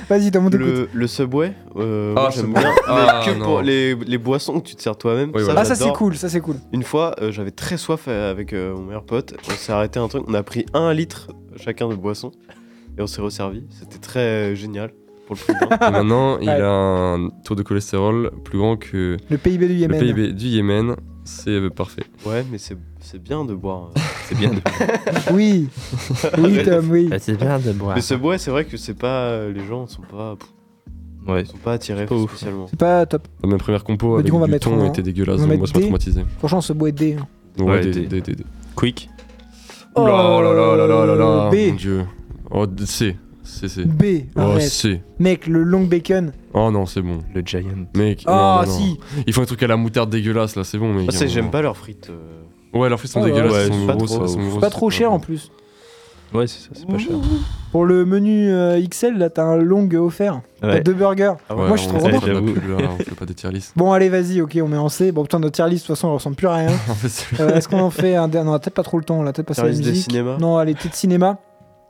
Speaker 3: Vas-y, Tom, on t'écoute.
Speaker 1: Le, le Subway, euh,
Speaker 2: Ah,
Speaker 1: moi, j'aime
Speaker 2: Subway.
Speaker 1: bien.
Speaker 2: Ah,
Speaker 1: mais que
Speaker 2: non.
Speaker 1: pour les, les boissons que tu te sers toi-même.
Speaker 2: Oui, voilà.
Speaker 3: Ah, ça, c'est
Speaker 1: j'adore.
Speaker 3: cool, ça, c'est cool.
Speaker 1: Une fois, euh, j'avais très soif euh, avec euh, mon meilleur pote. On s'est arrêté à un truc. On a pris un litre chacun de boisson et on s'est resservi. C'était très euh, génial pour le prix d'un.
Speaker 3: [laughs]
Speaker 2: Et maintenant, il
Speaker 3: Ouais.
Speaker 2: a un taux de cholestérol plus grand que
Speaker 3: Le PIB du
Speaker 2: le
Speaker 3: Yémen.
Speaker 2: PIB du Yémen. C'est euh, parfait.
Speaker 1: Ouais, mais c'est c'est bien de boire. hein.
Speaker 4: C'est bien de
Speaker 3: Oui.
Speaker 2: [laughs]
Speaker 3: Oui, Tom, oui.
Speaker 4: C'est bien de boire.
Speaker 1: mais Subway, c'est vrai que c'est pas. euh, les gens sont pas, pff,
Speaker 4: Ouais.
Speaker 1: sont pas attirés
Speaker 4: pas ouf.
Speaker 1: spécialement.
Speaker 3: C'est pas top.
Speaker 2: Ma première compo
Speaker 3: Bah,
Speaker 2: avec
Speaker 3: du
Speaker 2: du,
Speaker 3: coup, on va mettre
Speaker 2: thon
Speaker 3: un-
Speaker 2: était dégueulasse.
Speaker 3: on va
Speaker 2: donc
Speaker 3: mettre
Speaker 2: Moi, ça m'a
Speaker 3: des-
Speaker 2: traumatisé.
Speaker 3: Franchement, ce bois est D. hein.
Speaker 2: Ouais,
Speaker 4: des-
Speaker 2: des- des- des- des-
Speaker 4: Quick.
Speaker 2: Oh là là là là là là là.
Speaker 3: B.
Speaker 2: Mon dieu. Oh, d- C. C, C.
Speaker 3: B.
Speaker 2: Oh,
Speaker 3: Arrête.
Speaker 2: C.
Speaker 3: Mec, le long bacon.
Speaker 2: Oh non, c'est bon.
Speaker 4: Le Giant.
Speaker 2: Mec.
Speaker 3: Ah,
Speaker 2: non, non, Oh, non.
Speaker 3: si.
Speaker 2: Ils font un truc à la moutarde dégueulasse là, c'est bon, mec.
Speaker 1: Bah, c'est-
Speaker 2: Non,
Speaker 1: J'aime
Speaker 2: non.
Speaker 1: pas leurs frites. euh,
Speaker 2: Ouais, leurs frites sont
Speaker 3: Ah, ouais.
Speaker 2: dégueulasses,
Speaker 4: Ouais,
Speaker 2: elles sont
Speaker 1: c'est pas
Speaker 2: grosses,
Speaker 1: trop-
Speaker 2: elles sont grosses.
Speaker 3: Pas trop cher en plus.
Speaker 4: Ouais, c'est ça, c'est pas cher.
Speaker 3: Pour le menu euh, XL, là, t'as un long offert. T'as
Speaker 1: Ah Ouais.
Speaker 3: deux burgers. Moi, je trouve
Speaker 2: on,
Speaker 1: vraiment-
Speaker 2: on a
Speaker 1: J'avoue.
Speaker 2: plus de genre, on fait pas des tier list.
Speaker 3: Bon, allez, vas-y, ok, on met en C. Bon, putain, notre tier list, de toute façon, elle ressemble plus à rien.
Speaker 2: En fait, c'est-
Speaker 3: Euh, Est-ce qu'on en fait un dernier On a peut-être pas trop le temps, on a peut-être passé la
Speaker 1: Service de
Speaker 3: musique.
Speaker 1: cinéma
Speaker 3: Non, allez, petite cinéma.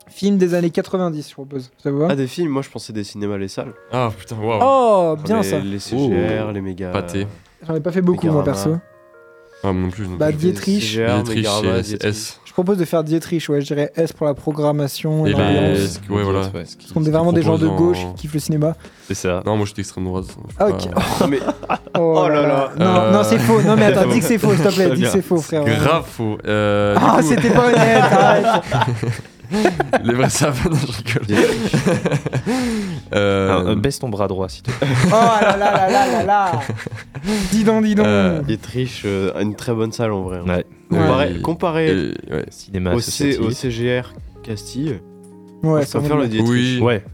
Speaker 3: Film des années 90, je propose. Ça vous va
Speaker 1: Ah, des films, moi je pensais des cinémas, les salles.
Speaker 2: Ah putain, waouh.
Speaker 3: Oh, bien
Speaker 1: les,
Speaker 3: ça.
Speaker 1: Les CGR,
Speaker 2: Oh.
Speaker 1: les méga.
Speaker 2: Pâté.
Speaker 3: J'en ai pas fait beaucoup, moi,
Speaker 1: Mégarama.
Speaker 3: perso.
Speaker 2: Ah, moi non plus. non
Speaker 3: Bah,
Speaker 2: plus.
Speaker 1: Les
Speaker 3: Dietrich.
Speaker 1: CGR,
Speaker 2: Dietrich,
Speaker 1: Mégarama,
Speaker 2: chez
Speaker 1: Dietrich.
Speaker 2: SS.
Speaker 3: Je propose de faire Dietrich, ouais, je dirais S pour la programmation
Speaker 4: Eh
Speaker 3: et,
Speaker 4: ben,
Speaker 2: Et les.
Speaker 3: l'ambiance.
Speaker 2: ce- Ouais, voilà.
Speaker 4: Ouais.
Speaker 2: Ce qui-
Speaker 3: Parce qu'on
Speaker 2: ce
Speaker 3: est vraiment
Speaker 2: qu'ils
Speaker 3: des gens de
Speaker 2: proposent en-
Speaker 3: gauche qui kiffent le cinéma.
Speaker 4: C'est ça.
Speaker 2: Ah Non, moi j'étais extrême droite. je
Speaker 3: Ah,
Speaker 2: peux
Speaker 3: ok.
Speaker 2: pas-
Speaker 1: Non, mais
Speaker 3: Oh,
Speaker 1: Oh là
Speaker 3: Non,
Speaker 2: Euh,
Speaker 3: non c'est faux. Non, mais attends, dis que c'est faux, s'il te plaît.
Speaker 4: Très
Speaker 3: Dis que
Speaker 4: bien.
Speaker 3: c'est faux, frère.
Speaker 2: Grave faux. Euh, du
Speaker 3: Ah,
Speaker 2: coup,
Speaker 3: c'était pas honnête. arrête.
Speaker 2: les vrais savants, non, je rigole. [laughs] Euh,
Speaker 4: Euh, baisse ton bras droit, si tu
Speaker 3: Oh là là là là là là. [laughs] Dis donc, dis donc.
Speaker 2: Euh,
Speaker 1: Dietrich, euh, une très bonne salle en vrai. hein.
Speaker 4: Ouais.
Speaker 1: Comparé,
Speaker 2: Ouais.
Speaker 1: comparé
Speaker 2: et- ouais.
Speaker 4: Cinéma
Speaker 1: au, C-
Speaker 4: associatif.
Speaker 1: au CGR Castille,
Speaker 3: ouais,
Speaker 1: je
Speaker 3: c'est
Speaker 1: préfère
Speaker 3: bon.
Speaker 1: le Dietrich.
Speaker 2: Oui.
Speaker 4: Ouais.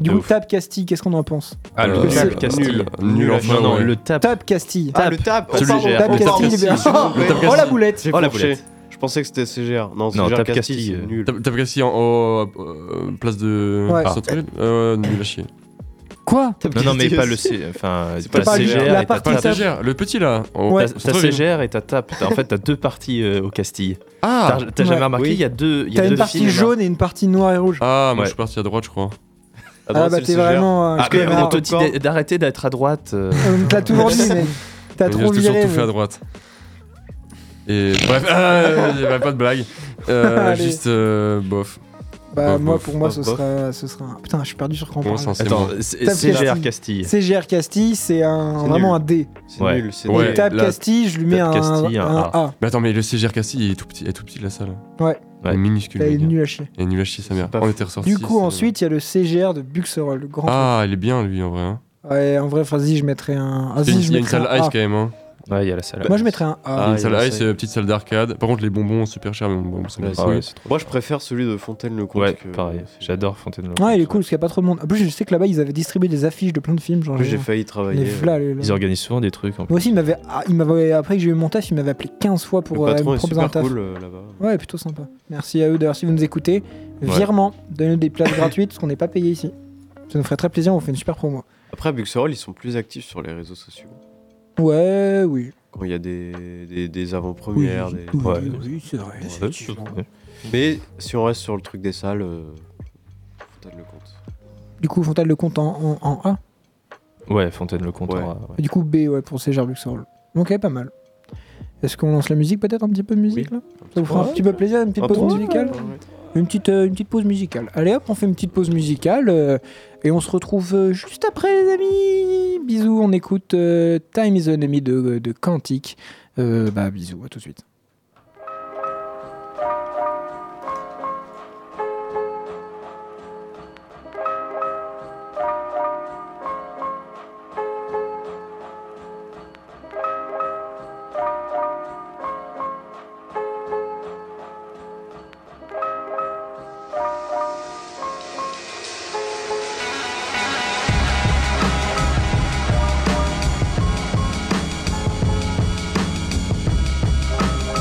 Speaker 3: Du
Speaker 4: de
Speaker 3: coup,
Speaker 4: ouf.
Speaker 3: Tab Castille, qu'est-ce qu'on en pense
Speaker 4: Ah,
Speaker 2: Euh,
Speaker 4: le
Speaker 3: c'est-
Speaker 4: tap Castille.
Speaker 1: nul.
Speaker 2: Nul en
Speaker 4: Non, non,
Speaker 2: ouais.
Speaker 4: le tap.
Speaker 3: Tab Castille.
Speaker 1: Ah, le TAP
Speaker 2: Celui
Speaker 1: pardon,
Speaker 4: CGR,
Speaker 1: pardon,
Speaker 3: Tab
Speaker 4: le
Speaker 1: pardon,
Speaker 3: Oh, Castille,
Speaker 1: si,
Speaker 3: bien.
Speaker 1: s'il vous plaît.
Speaker 2: Tab
Speaker 3: Oh la
Speaker 2: Castille.
Speaker 3: boulette
Speaker 1: J'ai
Speaker 4: Oh, la
Speaker 1: fourché.
Speaker 4: boulette.
Speaker 1: Je pensais que c'était CGR. Non,
Speaker 4: Non,
Speaker 1: CGR
Speaker 4: Tab
Speaker 1: Castille,
Speaker 4: Castille,
Speaker 1: c'est
Speaker 4: euh,
Speaker 1: nul.
Speaker 2: T'as t'as Cassis en oh, euh, place de
Speaker 3: Ouais.
Speaker 2: centre-ville euh, Nul à chier.
Speaker 3: Quoi
Speaker 4: Non, non, mais
Speaker 1: Castille
Speaker 4: pas le
Speaker 1: aussi.
Speaker 4: C. Enfin,
Speaker 1: C'est
Speaker 4: t'as
Speaker 1: pas le-
Speaker 4: CGR
Speaker 3: la
Speaker 4: et t'as
Speaker 3: partie
Speaker 2: Pas le
Speaker 4: tap.
Speaker 3: table.
Speaker 2: stagiaire, le petit là. en-
Speaker 3: Ouais.
Speaker 4: T'as
Speaker 2: au
Speaker 4: t'as
Speaker 2: centre-ville.
Speaker 4: CGR et t'as tap. T'as- En fait, t'as deux parties euh, au Castille.
Speaker 2: Ah
Speaker 4: T'as t'as
Speaker 3: Ouais. Ah,
Speaker 4: jamais remarqué
Speaker 1: Oui.
Speaker 4: Il y a deux. il y a
Speaker 3: T'as une
Speaker 4: deux
Speaker 3: partie
Speaker 4: films. hein.
Speaker 3: jaune et une partie noire et rouge.
Speaker 2: Ah, moi
Speaker 4: Ouais.
Speaker 2: je suis parti à droite, je crois.
Speaker 1: Ah, non,
Speaker 3: Ah, bah
Speaker 1: c'est le
Speaker 3: t'es
Speaker 1: CGR.
Speaker 3: vraiment. un
Speaker 4: Ah, mais
Speaker 3: connard.
Speaker 4: on te dit d'a- d'arrêter d'être à droite. euh.
Speaker 3: On te l'a toujours dit, mais t'as
Speaker 2: Mais
Speaker 3: trop
Speaker 2: J'ai toujours
Speaker 3: viré.
Speaker 2: tout fait à
Speaker 3: mais-
Speaker 2: droite. Et bref, [laughs] ah, il y avait pas de blague. Euh,
Speaker 3: Allez.
Speaker 2: juste euh, bof.
Speaker 3: Bah,
Speaker 2: Bof,
Speaker 3: moi,
Speaker 2: bof,
Speaker 3: pour moi,
Speaker 1: bof,
Speaker 3: ce
Speaker 1: bof.
Speaker 3: sera. ce sera un- Putain, je suis perdu sur quoi on
Speaker 2: Bon,
Speaker 3: parle.
Speaker 2: c'est un
Speaker 4: Attends,
Speaker 2: bon.
Speaker 4: c'est-
Speaker 3: Tap
Speaker 4: CGR Castille.
Speaker 3: CGR Castille, c'est un,
Speaker 1: C'est
Speaker 3: vraiment
Speaker 1: nul.
Speaker 3: un D.
Speaker 1: C'est
Speaker 4: Ouais.
Speaker 1: nul, c'est
Speaker 2: Ouais.
Speaker 3: Et Tab
Speaker 2: là-
Speaker 3: Castille, je lui mets
Speaker 4: Tab
Speaker 3: un,
Speaker 4: Castille, un
Speaker 3: un
Speaker 4: A.
Speaker 3: A.
Speaker 2: Mais attends, mais le CGR Cassis, il est tout petit, il est tout petit la salle.
Speaker 3: Ouais.
Speaker 2: Il est minuscule.
Speaker 3: Elle est
Speaker 2: le gars.
Speaker 3: nulle à chier.
Speaker 2: Il est nul à chier sa mère.
Speaker 1: C'est pas
Speaker 2: On
Speaker 1: fou.
Speaker 2: était ressortis.
Speaker 3: Du coup,
Speaker 2: c'est-
Speaker 3: ensuite, il y a le CGR de Buxerolles, le grand.
Speaker 2: Ah, il est bien lui en vrai. hein.
Speaker 3: Ouais, en vrai, vas-y, je mettrais un. vas
Speaker 2: Il y a une- il
Speaker 3: je
Speaker 2: y a une
Speaker 3: mettrais
Speaker 2: salle
Speaker 3: un
Speaker 2: ice
Speaker 3: A.
Speaker 2: quand même. hein.
Speaker 4: Ouais, il y a la salle.
Speaker 3: Moi, je mettrais un
Speaker 2: Il y
Speaker 3: A.
Speaker 2: a
Speaker 1: Ah,
Speaker 2: une
Speaker 1: il
Speaker 2: salle
Speaker 1: y a
Speaker 2: ice,
Speaker 1: ça.
Speaker 2: euh, petite salle d'arcade. Par contre, les bonbons super chers, mais bon, bon, c'est
Speaker 1: Ouais,
Speaker 2: bon.
Speaker 1: c'est-
Speaker 4: Ah ouais, c'est trop.
Speaker 1: Moi, je préfère celui de Fontaine-le-Comte.
Speaker 4: Ouais,
Speaker 1: que-
Speaker 4: pareil. J'adore Fontainebleau.
Speaker 3: Ouais, il est cool parce qu'il n'y a pas trop de monde. En plus, je sais que là-bas, ils avaient distribué des affiches de plein de films. Genre,
Speaker 1: Moi, j'ai
Speaker 3: genre,
Speaker 1: failli
Speaker 3: les
Speaker 1: travailler.
Speaker 3: flas, les-
Speaker 4: Ils organisent souvent des trucs en plus.
Speaker 3: Moi aussi, il m'avait, ah, il m'avait- après que j'ai eu mon taf, il m'avait appelé 15 fois
Speaker 1: Le
Speaker 3: pour euh,
Speaker 1: patron
Speaker 3: me
Speaker 1: est
Speaker 3: proposer un
Speaker 1: super
Speaker 3: taf.
Speaker 1: cool euh, là-bas.
Speaker 3: Ouais, plutôt sympa. Merci à eux d'ailleurs si vous nous écoutez.
Speaker 2: Ouais.
Speaker 3: Virement, donnez-nous des places gratuites parce qu'on n'est pas payé ici. Ça nous ferait très plaisir, on fait une super promo.
Speaker 1: Après, à Buxerolles, ils sont plus actifs sur les réseaux sociaux.
Speaker 3: Ouais, oui.
Speaker 1: Quand il y a des, des, des
Speaker 3: Oui,
Speaker 1: avant-premières.
Speaker 3: oui,
Speaker 1: des-
Speaker 3: oui,
Speaker 4: ouais.
Speaker 3: oui, c'est vrai.
Speaker 1: Ouais,
Speaker 4: Ouais,
Speaker 3: effectivement.
Speaker 1: Mais si on reste sur le truc des salles, euh, Fontaine-le-Comte.
Speaker 3: Du coup, Fontaine le compte en, en- en A.
Speaker 4: Ouais, Fontaine-le-Comte.
Speaker 1: Ouais.
Speaker 4: aura, ouais.
Speaker 3: Et du coup, B, ouais, pour CGR Buxerolles. Ok, pas mal. Est-ce qu'on lance la musique peut-être un petit peu de musique là Ça vous fera un petit peu plaisir, une petite
Speaker 1: Un
Speaker 3: pause
Speaker 1: petit-
Speaker 3: musicale une petite, euh, une petite pause musicale. Allez hop, on fait une petite pause musicale euh, et on se retrouve euh, juste après les amis. Bisous, on écoute euh, Time is an Enemy de, de Quantique. Euh, bah bisous, à tout de suite.
Speaker 7: Time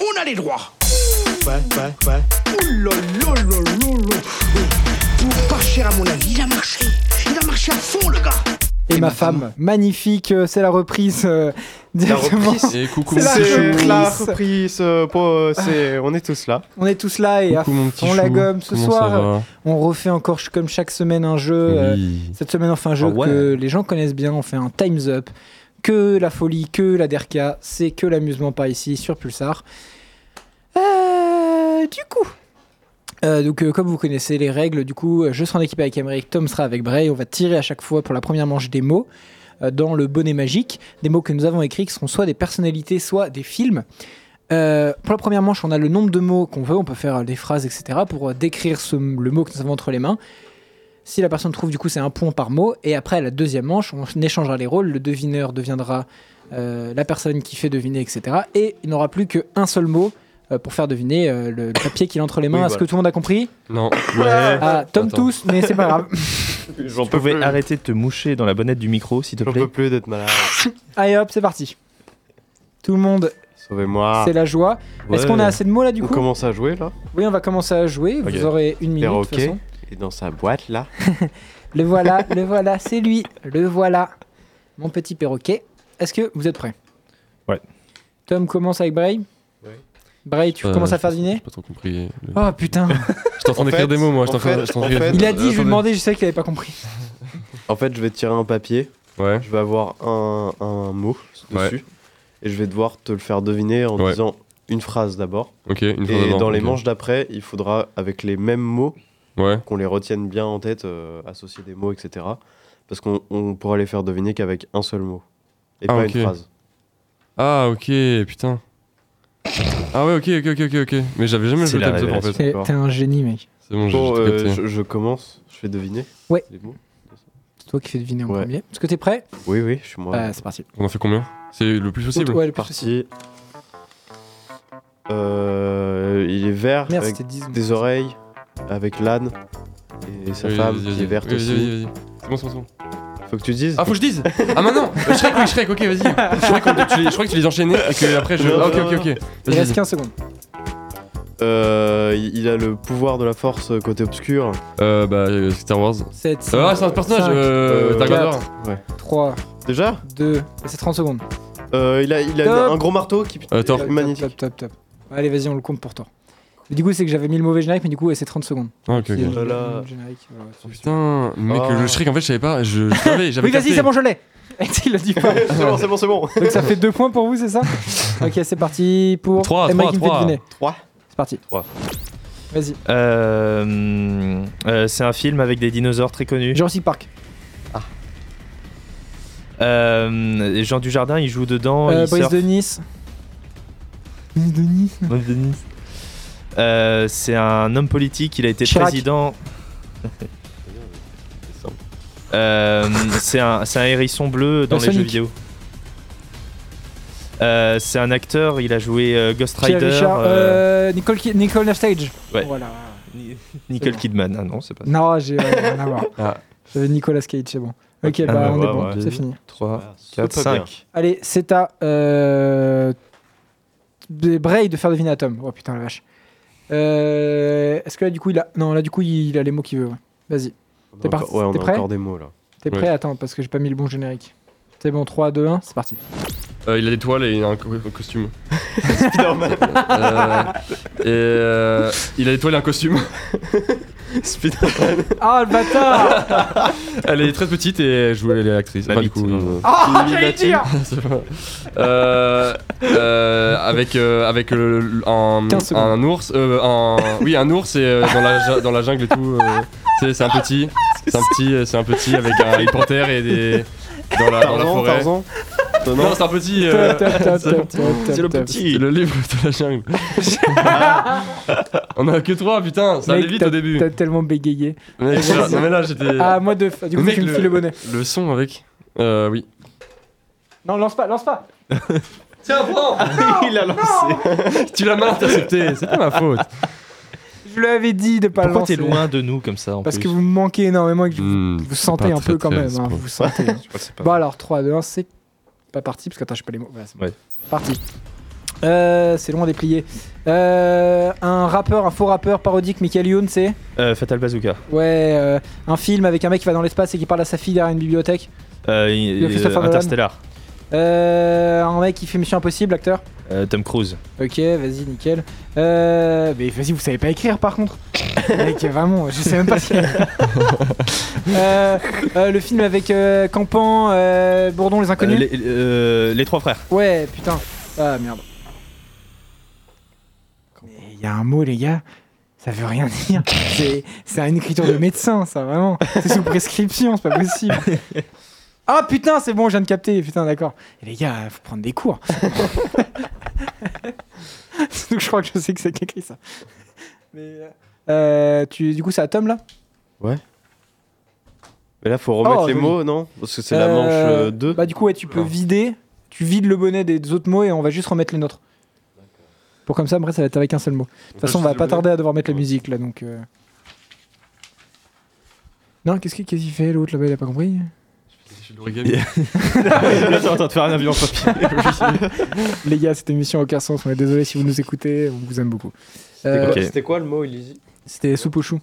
Speaker 7: on a les droits. Ouais, ouais, ouais. Ouh là là là là là. Pour pas cher à mon avis, il a marché. Il a marché à fond le gars.
Speaker 3: Et, ma femme, magnifique, euh, c'est la reprise euh, [laughs] directement.
Speaker 2: Et coucou,
Speaker 3: C'est la
Speaker 1: C'est
Speaker 3: reprise.
Speaker 1: la reprise. euh, pour, euh, c'est- on est tous là.
Speaker 3: On est tous là et à
Speaker 2: coucou mon petit
Speaker 3: fond la
Speaker 2: chou.
Speaker 3: gomme ce
Speaker 2: Comment
Speaker 3: soir.
Speaker 2: ça va
Speaker 3: On refait encore ch- comme chaque semaine un jeu. euh,
Speaker 2: Oui.
Speaker 3: Cette semaine, enfin, un jeu
Speaker 4: Ah ouais.
Speaker 3: que les gens connaissent bien. On fait un Time's Up. Que la folie, que la derka, c'est que l'amusement par ici sur Pulsar. Euh, du coup. euh, donc, euh, comme vous connaissez les règles, du coup, euh, je serai en équipe avec Emmerich, Tom sera avec Bray. On va tirer à chaque fois pour la première manche des mots euh, dans le bonnet magique. Des mots que nous avons écrits qui seront soit des personnalités, soit des films. Euh, pour la première manche, on a le nombre de mots qu'on veut. On peut faire euh, des phrases, etc. pour euh, décrire ce- le mot que nous avons entre les mains. Si la personne trouve, du coup, c'est un point par mot. Et après, à la deuxième manche, on échangera les rôles. Le devineur deviendra euh, la personne qui fait deviner, etc. Et il n'aura plus qu'un seul mot euh, pour faire deviner euh, le, le papier qu'il a entre les mains.
Speaker 1: Oui,
Speaker 3: Est-ce
Speaker 1: voilà.
Speaker 3: que tout le monde a compris
Speaker 2: Non.
Speaker 3: Ah, Tom
Speaker 2: Attends.
Speaker 3: tous, mais c'est
Speaker 1: [laughs]
Speaker 3: pas grave.
Speaker 1: J'en
Speaker 4: Tu pouvais arrêter de te moucher dans la bonnette du micro, s'il te
Speaker 1: J'en
Speaker 4: plaît
Speaker 1: peux plus d'être malade.
Speaker 3: Allez hop, c'est parti. Tout le monde,
Speaker 1: Sauvez-moi.
Speaker 3: c'est la joie. Est-ce qu'on a assez de mots là, du
Speaker 1: On
Speaker 3: coup
Speaker 1: commence à jouer là.
Speaker 3: Oui, on va commencer à jouer.
Speaker 1: Ok.
Speaker 3: Vous aurez une minute. de toute
Speaker 1: Perroquet.
Speaker 3: façon.
Speaker 1: Et dans sa boîte là.
Speaker 3: Le
Speaker 1: [laughs]
Speaker 3: voilà, le voilà, c'est lui. Le voilà. Mon petit perroquet. Est-ce que vous êtes prêts
Speaker 4: Ouais.
Speaker 3: Tom commence avec Bray.
Speaker 1: Ouais.
Speaker 3: Bray, tu
Speaker 2: Euh,
Speaker 3: commences à
Speaker 2: je
Speaker 3: faire
Speaker 2: pense-
Speaker 3: dîner
Speaker 2: J'ai pas trop compris. le-
Speaker 3: Oh
Speaker 2: [laughs]
Speaker 3: putain
Speaker 2: Je t'entends
Speaker 1: En
Speaker 2: écrire
Speaker 1: fait,
Speaker 2: des mots, moi. Je
Speaker 1: en
Speaker 2: t'en
Speaker 1: fait,
Speaker 2: fais- je t'en
Speaker 1: en
Speaker 2: fais-
Speaker 1: fait-
Speaker 3: Il a dit, je lui ai
Speaker 2: Attendez.
Speaker 3: demandé, je sais qu'il avait pas compris.
Speaker 1: En fait, je vais tirer un papier.
Speaker 2: Ouais.
Speaker 1: Je vais avoir un, un mot
Speaker 2: Ouais.
Speaker 1: dessus. Et je vais devoir te le faire deviner en
Speaker 2: Ouais.
Speaker 1: disant une phrase d'abord.
Speaker 2: Ok. Une fois
Speaker 1: Et
Speaker 2: d'abord,
Speaker 1: dans les
Speaker 2: ok.
Speaker 1: manches d'après, il faudra, avec les mêmes mots,
Speaker 2: Ouais.
Speaker 1: qu'on les retienne bien en tête, euh, associer des mots, etc. Parce qu'on on pourra les faire deviner qu'avec un seul mot. Et
Speaker 2: Ah,
Speaker 1: pas
Speaker 2: ok.
Speaker 1: une phrase.
Speaker 2: Ah ok. Putain. Ah ouais. Ok. Ok. Ok. Ok. ok. Mais j'avais jamais
Speaker 4: C'est
Speaker 2: joué
Speaker 4: la
Speaker 2: Time's Up en
Speaker 1: révélation.
Speaker 2: fait.
Speaker 3: T'es
Speaker 1: D'accord.
Speaker 3: t'es un génie, mec.
Speaker 2: C'est bon.
Speaker 1: Bon,
Speaker 2: J'ai j'ai
Speaker 1: euh,
Speaker 2: capté.
Speaker 1: je, je commence, je fais deviner
Speaker 3: Ouais.
Speaker 1: les mots.
Speaker 3: C'est toi qui fais deviner en
Speaker 1: Ouais.
Speaker 3: premier. Est-ce que t'es prêt
Speaker 1: Oui, oui, je suis moi.
Speaker 3: Euh, C'est parti.
Speaker 2: On en fait combien C'est le plus possible.
Speaker 3: Ouais, le plus possible.
Speaker 1: Parti. Euh, il est vert
Speaker 3: Merde,
Speaker 1: avec
Speaker 3: c'était 10 secondes.
Speaker 1: des oreilles, avec l'âne et sa
Speaker 2: Oui,
Speaker 1: femme
Speaker 2: vas-y,
Speaker 1: qui
Speaker 2: vas-y.
Speaker 1: est verte
Speaker 2: Oui, vas-y,
Speaker 1: aussi.
Speaker 2: vas-y, vas-y. C'est bon, c'est bon, c'est bon.
Speaker 1: Faut que tu dises.
Speaker 2: Ah, faut que je dise Ah, maintenant Euh, Shrek, oui, Shrek, ok, vas-y. Je crois que tu les, je crois que tu les enchaînais et que après je. Ah, ok, ok, ok.
Speaker 3: Il
Speaker 2: Vas-y,
Speaker 3: reste
Speaker 2: vas-y.
Speaker 3: 15 secondes.
Speaker 1: Euh, il il a le pouvoir de la force euh, côté obscur.
Speaker 2: Euh, bah, euh, Star Wars.
Speaker 3: 7,
Speaker 2: Euh, ah, c'est un personnage, euh,
Speaker 1: euh,
Speaker 2: Dark Vador.
Speaker 3: 3,
Speaker 1: Déjà
Speaker 3: 2, c'est 30 secondes.
Speaker 1: Euh, Il a, il a
Speaker 3: Top.
Speaker 1: un gros marteau qui.
Speaker 2: Euh, Thor.
Speaker 1: Top, magnifique.
Speaker 3: Top, top, top. Allez, vas-y, on le compte pour toi. Du coup, c'est que j'avais mis le mauvais générique, mais du coup, ouais, c'est 30 secondes.
Speaker 2: Ah, ok,
Speaker 3: C'est
Speaker 2: ok.
Speaker 1: Oh
Speaker 3: le-
Speaker 1: là.
Speaker 3: le générique, ouais, c'est-
Speaker 2: Putain, mec,
Speaker 1: Oh.
Speaker 2: le Shrek, en fait, je savais pas. Je, je savais, j'avais
Speaker 3: Oui, vas-y,
Speaker 2: capté.
Speaker 3: c'est bon, je l'ai. [laughs] Il le dit pas.
Speaker 1: [laughs] c'est bon, c'est bon, c'est bon.
Speaker 3: Donc ça fait deux points pour vous, c'est [laughs] ça Ok, c'est parti pour.
Speaker 2: Trois, trois,
Speaker 3: Emmerich, il me fait
Speaker 2: trois.
Speaker 3: deviner.
Speaker 1: 3.
Speaker 3: C'est parti.
Speaker 4: Trois.
Speaker 3: Vas-y.
Speaker 4: Euh, hum, euh, C'est un film avec des dinosaures très connus.
Speaker 3: Jurassic Park.
Speaker 4: Euh, Jean Dujardin, il joue dedans.
Speaker 3: Euh,
Speaker 4: il
Speaker 3: Boys
Speaker 4: surfe.
Speaker 3: de Nice. Boys de Nice.
Speaker 4: Bob de Nice. Euh, C'est un homme politique, il a été
Speaker 3: Chirac.
Speaker 4: président. Euh, c'est un, c'est un hérisson bleu dans
Speaker 3: Euh,
Speaker 4: les jeux
Speaker 3: Sonic.
Speaker 4: vidéo. Euh, c'est un acteur, il a joué euh, Ghost
Speaker 3: Pierre
Speaker 4: Rider,
Speaker 3: Richard.
Speaker 4: euh,
Speaker 3: euh, Nicole, Ki- Nicole Naftage.
Speaker 4: Ouais.
Speaker 3: Voilà.
Speaker 4: Ni- Nicole Kidman. Ah non, c'est pas ça.
Speaker 3: Non, j'ai euh, rien à voir.
Speaker 2: Ah.
Speaker 3: J'avais Nicolas Cage, c'est bon. Ok,
Speaker 4: Ok,
Speaker 3: bah
Speaker 4: bah,
Speaker 3: on
Speaker 4: ouais,
Speaker 3: est bon,
Speaker 4: ouais.
Speaker 3: c'est fini.
Speaker 2: Ah,
Speaker 4: 3,
Speaker 1: c'est
Speaker 4: 4,
Speaker 1: pas
Speaker 4: 5.
Speaker 3: Allez, c'est à euh, de- Bray de faire deviner à Tom. Oh putain la vache. Euh, Est-ce que là du coup il a non là du coup il a les mots qu'il veut. ouais. Vas-y.
Speaker 1: On a
Speaker 3: T'es
Speaker 1: encore-
Speaker 3: parti-
Speaker 1: Ouais, on
Speaker 3: t'es
Speaker 1: a
Speaker 3: prêt
Speaker 1: encore des mots là.
Speaker 3: T'es prêt
Speaker 2: Ouais.
Speaker 3: Attends parce que j'ai pas mis le bon générique. C'est bon 3 2 1, c'est parti.
Speaker 2: Euh, il a des toiles et il a un co- un costume. Euh, et euh, il a des toiles et un costume.
Speaker 1: [laughs] Spider-Man.
Speaker 3: Ah le bâtard
Speaker 2: Elle est très petite et elle joue elle est actrice.
Speaker 4: La
Speaker 2: Enfin, du
Speaker 4: bite.
Speaker 2: coup, euh,
Speaker 3: [laughs] Ah j'allais dire
Speaker 2: [laughs] c'est pas- euh, euh, avec euh, avec euh, le- un,
Speaker 3: 15 secondes.
Speaker 2: un ours, euh, un oui un ours et euh, dans la ja- dans la jungle et tout. euh, tu sais, c'est un petit, c'est un petit, euh, c'est un petit avec un panthère et des dans la, dans la
Speaker 1: Tarzan,
Speaker 2: forêt.
Speaker 1: Tarzan. Non,
Speaker 2: Non,
Speaker 1: non.
Speaker 2: c'est un petit. euh,
Speaker 3: Top, top, top,
Speaker 2: c'est-
Speaker 3: top, top,
Speaker 2: c'est le
Speaker 3: top.
Speaker 2: petit. Le livre de la jungle. [laughs] On a que trois, putain, ça allait
Speaker 3: Mec,
Speaker 2: vite
Speaker 3: t'as-
Speaker 2: au début.
Speaker 3: T'as tellement bégayé.
Speaker 2: Mec, là- non, mais là j'étais.
Speaker 3: Ah moi de du coup
Speaker 2: Mec,
Speaker 3: tu me
Speaker 2: le-
Speaker 3: files le bonnet.
Speaker 2: Le son avec. Euh, oui.
Speaker 3: Non lance pas, lance pas.
Speaker 2: Tiens, prends
Speaker 3: Ah
Speaker 4: [laughs]
Speaker 1: Il a lancé.
Speaker 2: Tu l'as mal intercepté, c'est pas ma faute.
Speaker 3: Je lui avais dit de pas le
Speaker 4: Pourquoi
Speaker 3: lancer.
Speaker 4: t'es loin de nous comme ça en
Speaker 3: Parce
Speaker 4: plus
Speaker 3: que vous me manquez énormément et que vous, vous sentez
Speaker 2: Hmm. pas
Speaker 3: un peu
Speaker 2: très,
Speaker 3: quand
Speaker 2: très
Speaker 3: même. hein,
Speaker 2: sport. [laughs]
Speaker 3: vous sentez. hein.
Speaker 4: Je crois que c'est pas-
Speaker 3: Bon alors 3, 2, 1, c'est pas parti parce que attends, je sais pas les mots. Voilà, c'est bon.
Speaker 4: Ouais.
Speaker 3: Parti. Euh, c'est loin déplié. Euh, un rappeur, un faux rappeur parodique, Michael Youn, c'est
Speaker 4: Euh, Fatal Bazooka.
Speaker 3: Ouais, euh, un film avec un mec qui va dans l'espace et qui parle à sa fille derrière une bibliothèque.
Speaker 4: Euh, il-
Speaker 3: a fait Christopher
Speaker 4: euh,
Speaker 3: Nolan.
Speaker 4: Interstellar.
Speaker 3: Euh, un mec qui fait Mission Impossible, acteur.
Speaker 4: Euh, Tom Cruise.
Speaker 3: Ok, vas-y, nickel. Euh, mais vas-y, vous savez pas écrire par contre. Mec, vraiment, je sais même pas si. Euh, euh, le film avec euh, Campan, euh, Bourdon, les
Speaker 4: Euh,
Speaker 3: inconnus.
Speaker 4: les, euh, les trois frères.
Speaker 3: Ouais, putain. Ah merde. Il y a un mot, les gars, ça veut rien dire. C'est- C'est une écriture de médecin, ça, vraiment. C'est sous prescription, c'est pas possible. Ah putain, c'est bon, je viens de capter. Putain, d'accord. Et Les gars, faut prendre des [laughs] cours. Surtout que je crois que je sais que c'est qui a écrit ça. Mais, euh, euh, tu, du coup, c'est à Tom là
Speaker 1: Mais là, faut remettre
Speaker 3: Oh,
Speaker 1: les
Speaker 3: joli.
Speaker 1: mots, non Parce que c'est la
Speaker 3: Euh,
Speaker 1: manche 2.
Speaker 3: Bah, du coup, ouais, tu peux
Speaker 1: Oula.
Speaker 3: vider, tu vides le bonnet des autres mots et on va juste remettre les nôtres. Pour comme ça, après, ça va être avec un seul mot. De toute façon, on va pas tarder à devoir mettre la musique là donc. euh. Non, qu'est-ce qu'il qu'est-ce qu'il fait l'autre là-bas Il a pas compris
Speaker 2: [laughs]
Speaker 4: [laughs] Attends, attends, de faire un avion en papier.
Speaker 3: Les gars, cette émission a aucun sens. On est désolé si vous nous écoutez, on vous aime beaucoup. Euh,
Speaker 4: Ok.
Speaker 1: C'était quoi le mot, Elise
Speaker 3: C'était soupe au chou.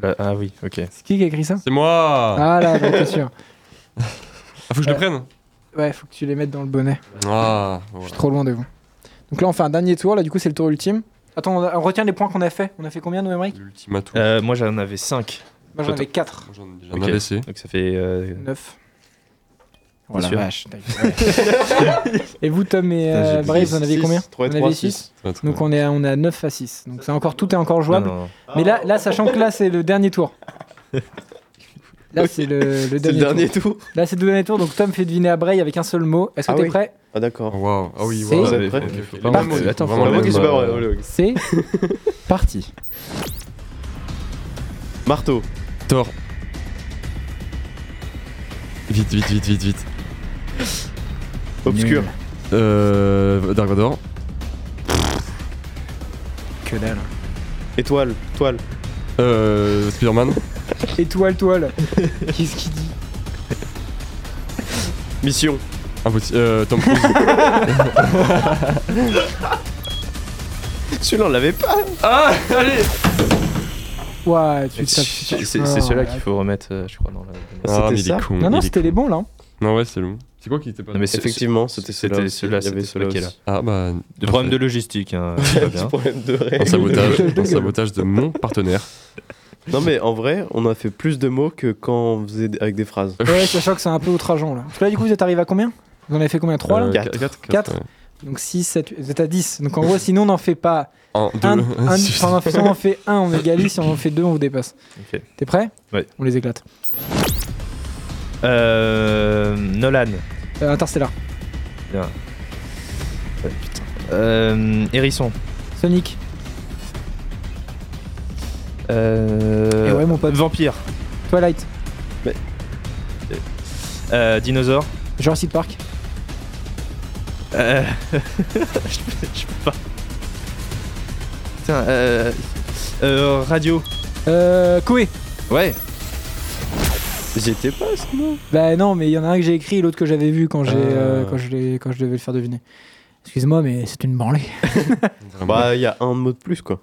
Speaker 4: Là, ah oui, ok.
Speaker 3: C'est qui qui a écrit ça
Speaker 2: C'est moi
Speaker 3: Ah là, j'en étais sûr.
Speaker 2: Ah, Faut que je le prenne
Speaker 3: Ouais, faut que tu les mettes dans le bonnet.
Speaker 2: Ah,
Speaker 3: Je
Speaker 2: voilà.
Speaker 3: suis trop loin de vous. Donc là, on fait un dernier tour. Là, du coup, c'est le tour ultime. Attends, on, a- on retient les points qu'on a fait. On a fait combien, nous, Emmerich
Speaker 2: L'ultimatum.
Speaker 4: Euh, moi j'en avais 5,
Speaker 3: Moi, j'en avais 4.
Speaker 2: Moi, J'en ai déjà
Speaker 4: Ok.
Speaker 2: un AVC.
Speaker 4: donc ça fait. euh,
Speaker 3: 9.
Speaker 4: Bien sûr.
Speaker 3: et vous, Tom et
Speaker 4: Putain, j'ai
Speaker 3: euh, Brave, vous en avez combien
Speaker 1: 3
Speaker 3: Vous en
Speaker 1: 3,
Speaker 3: avez
Speaker 1: 6.
Speaker 3: six
Speaker 2: Ça va être-
Speaker 3: Donc on est à, on est à 9 à 6. Donc c'est encore tout est encore
Speaker 4: non,
Speaker 3: jouable.
Speaker 4: non, non.
Speaker 3: Mais là, là, sachant que là, c'est le dernier tour. Là, c'est le, le
Speaker 1: C'est
Speaker 3: dernier,
Speaker 1: le dernier
Speaker 3: tour.
Speaker 1: tout
Speaker 3: Là, c'est le dernier tour. Donc Tom fait deviner à Bray avec un seul mot. Est-ce que
Speaker 1: Ah
Speaker 3: t'es
Speaker 1: oui.
Speaker 3: prêt
Speaker 1: Ah, d'accord.
Speaker 2: Waouh. Ah oui,
Speaker 3: C'est-
Speaker 2: waouh.
Speaker 1: Vous
Speaker 2: Ok,
Speaker 1: êtes prêts
Speaker 2: ok, ok.
Speaker 4: Bah,
Speaker 2: Vraiment,
Speaker 4: euh, attends,
Speaker 2: vraiment,
Speaker 1: Vraiment,
Speaker 4: Ouais,
Speaker 1: qu'est-ce que c'est
Speaker 4: bah,
Speaker 1: pas vrai, ouais, ouais.
Speaker 3: C'est parti.
Speaker 1: Marteau.
Speaker 2: Thor. Vite, vite, vite, vite, vite.
Speaker 1: Obscur.
Speaker 2: Euh, Dark Vador.
Speaker 3: Que dalle.
Speaker 1: Étoile. Toile.
Speaker 2: Euh, Spider-Man.
Speaker 3: Étoile, toile. Qu'est-ce qu'il dit
Speaker 1: Mission.
Speaker 2: Impossible. Euh, Tom Cruise.
Speaker 1: Celui-là, on l'avait pas.
Speaker 3: Ouais, tu
Speaker 4: C'est
Speaker 3: te tapes.
Speaker 4: c'est- c'est
Speaker 3: Ah,
Speaker 4: celui-là
Speaker 3: ouais.
Speaker 4: qu'il faut remettre, euh, je crois, dans la. dans la-
Speaker 2: Ah,
Speaker 1: C'était
Speaker 2: mais il
Speaker 1: ça
Speaker 2: est con.
Speaker 3: Non, non,
Speaker 2: il est
Speaker 3: c'était
Speaker 2: con.
Speaker 3: les bons là. hein.
Speaker 2: Non, ouais, c'est long. C'est quoi qui était pas
Speaker 4: Non, mais c'est-
Speaker 1: Effectivement, c'était
Speaker 4: c'était
Speaker 1: celui-là.
Speaker 4: celui-là,
Speaker 1: Il y avait
Speaker 4: c'était
Speaker 1: celui-là
Speaker 4: celui-là qui est là.
Speaker 1: aussi.
Speaker 2: Ah, bah.
Speaker 4: De problème de logistique, [laughs] hein. tout
Speaker 1: [laughs]
Speaker 4: va bien.
Speaker 1: Problème de
Speaker 2: Un
Speaker 1: règle.
Speaker 2: sabotage,
Speaker 3: Je
Speaker 2: un
Speaker 3: gueule.
Speaker 2: sabotage de mon partenaire.
Speaker 1: Non, mais en vrai, on a fait plus de mots que quand on faisait avec des phrases.
Speaker 3: Ouais, sachant que c'est un peu outrageant là. Parce que là, du coup, vous êtes arrivé à combien Vous en avez fait combien 3 là
Speaker 2: Euh,
Speaker 1: Quatre.
Speaker 2: qu- quatre,
Speaker 3: Quatre.
Speaker 2: ouais.
Speaker 3: Donc 6, 7, vous êtes à 10. Donc en gros, sinon on n'en fait pas
Speaker 2: Un, [laughs]
Speaker 3: un.
Speaker 2: deux.
Speaker 3: un- enfin, si on en fait un, on égalise. Si on en fait deux, on vous dépasse.
Speaker 4: Ok.
Speaker 3: T'es prêt
Speaker 4: Ouais.
Speaker 3: On les éclate.
Speaker 4: Euh, Nolan.
Speaker 3: Euh, Interstellar,
Speaker 4: Euh, Hérisson.
Speaker 3: Sonic.
Speaker 4: Euh,
Speaker 3: Eh ouais, mon pote.
Speaker 4: Vampire.
Speaker 3: Twilight,
Speaker 4: Euh, dinosaure.
Speaker 3: Jurassic Park,
Speaker 4: Euh... [laughs] je, peux, je peux pas. Putain, euh... euh, radio.
Speaker 3: euh, Koé.
Speaker 4: Ouais.
Speaker 1: J'étais pas, c'est moi.
Speaker 3: Bah non, mais il y en a un que j'ai écrit et l'autre que j'avais vu quand, j'ai,
Speaker 1: Euh.
Speaker 3: euh, quand, je l'ai- quand je devais le faire deviner. Excuse-moi, mais c'est une branlée.
Speaker 2: Ah
Speaker 1: Bah, il y a un mot de plus, quoi.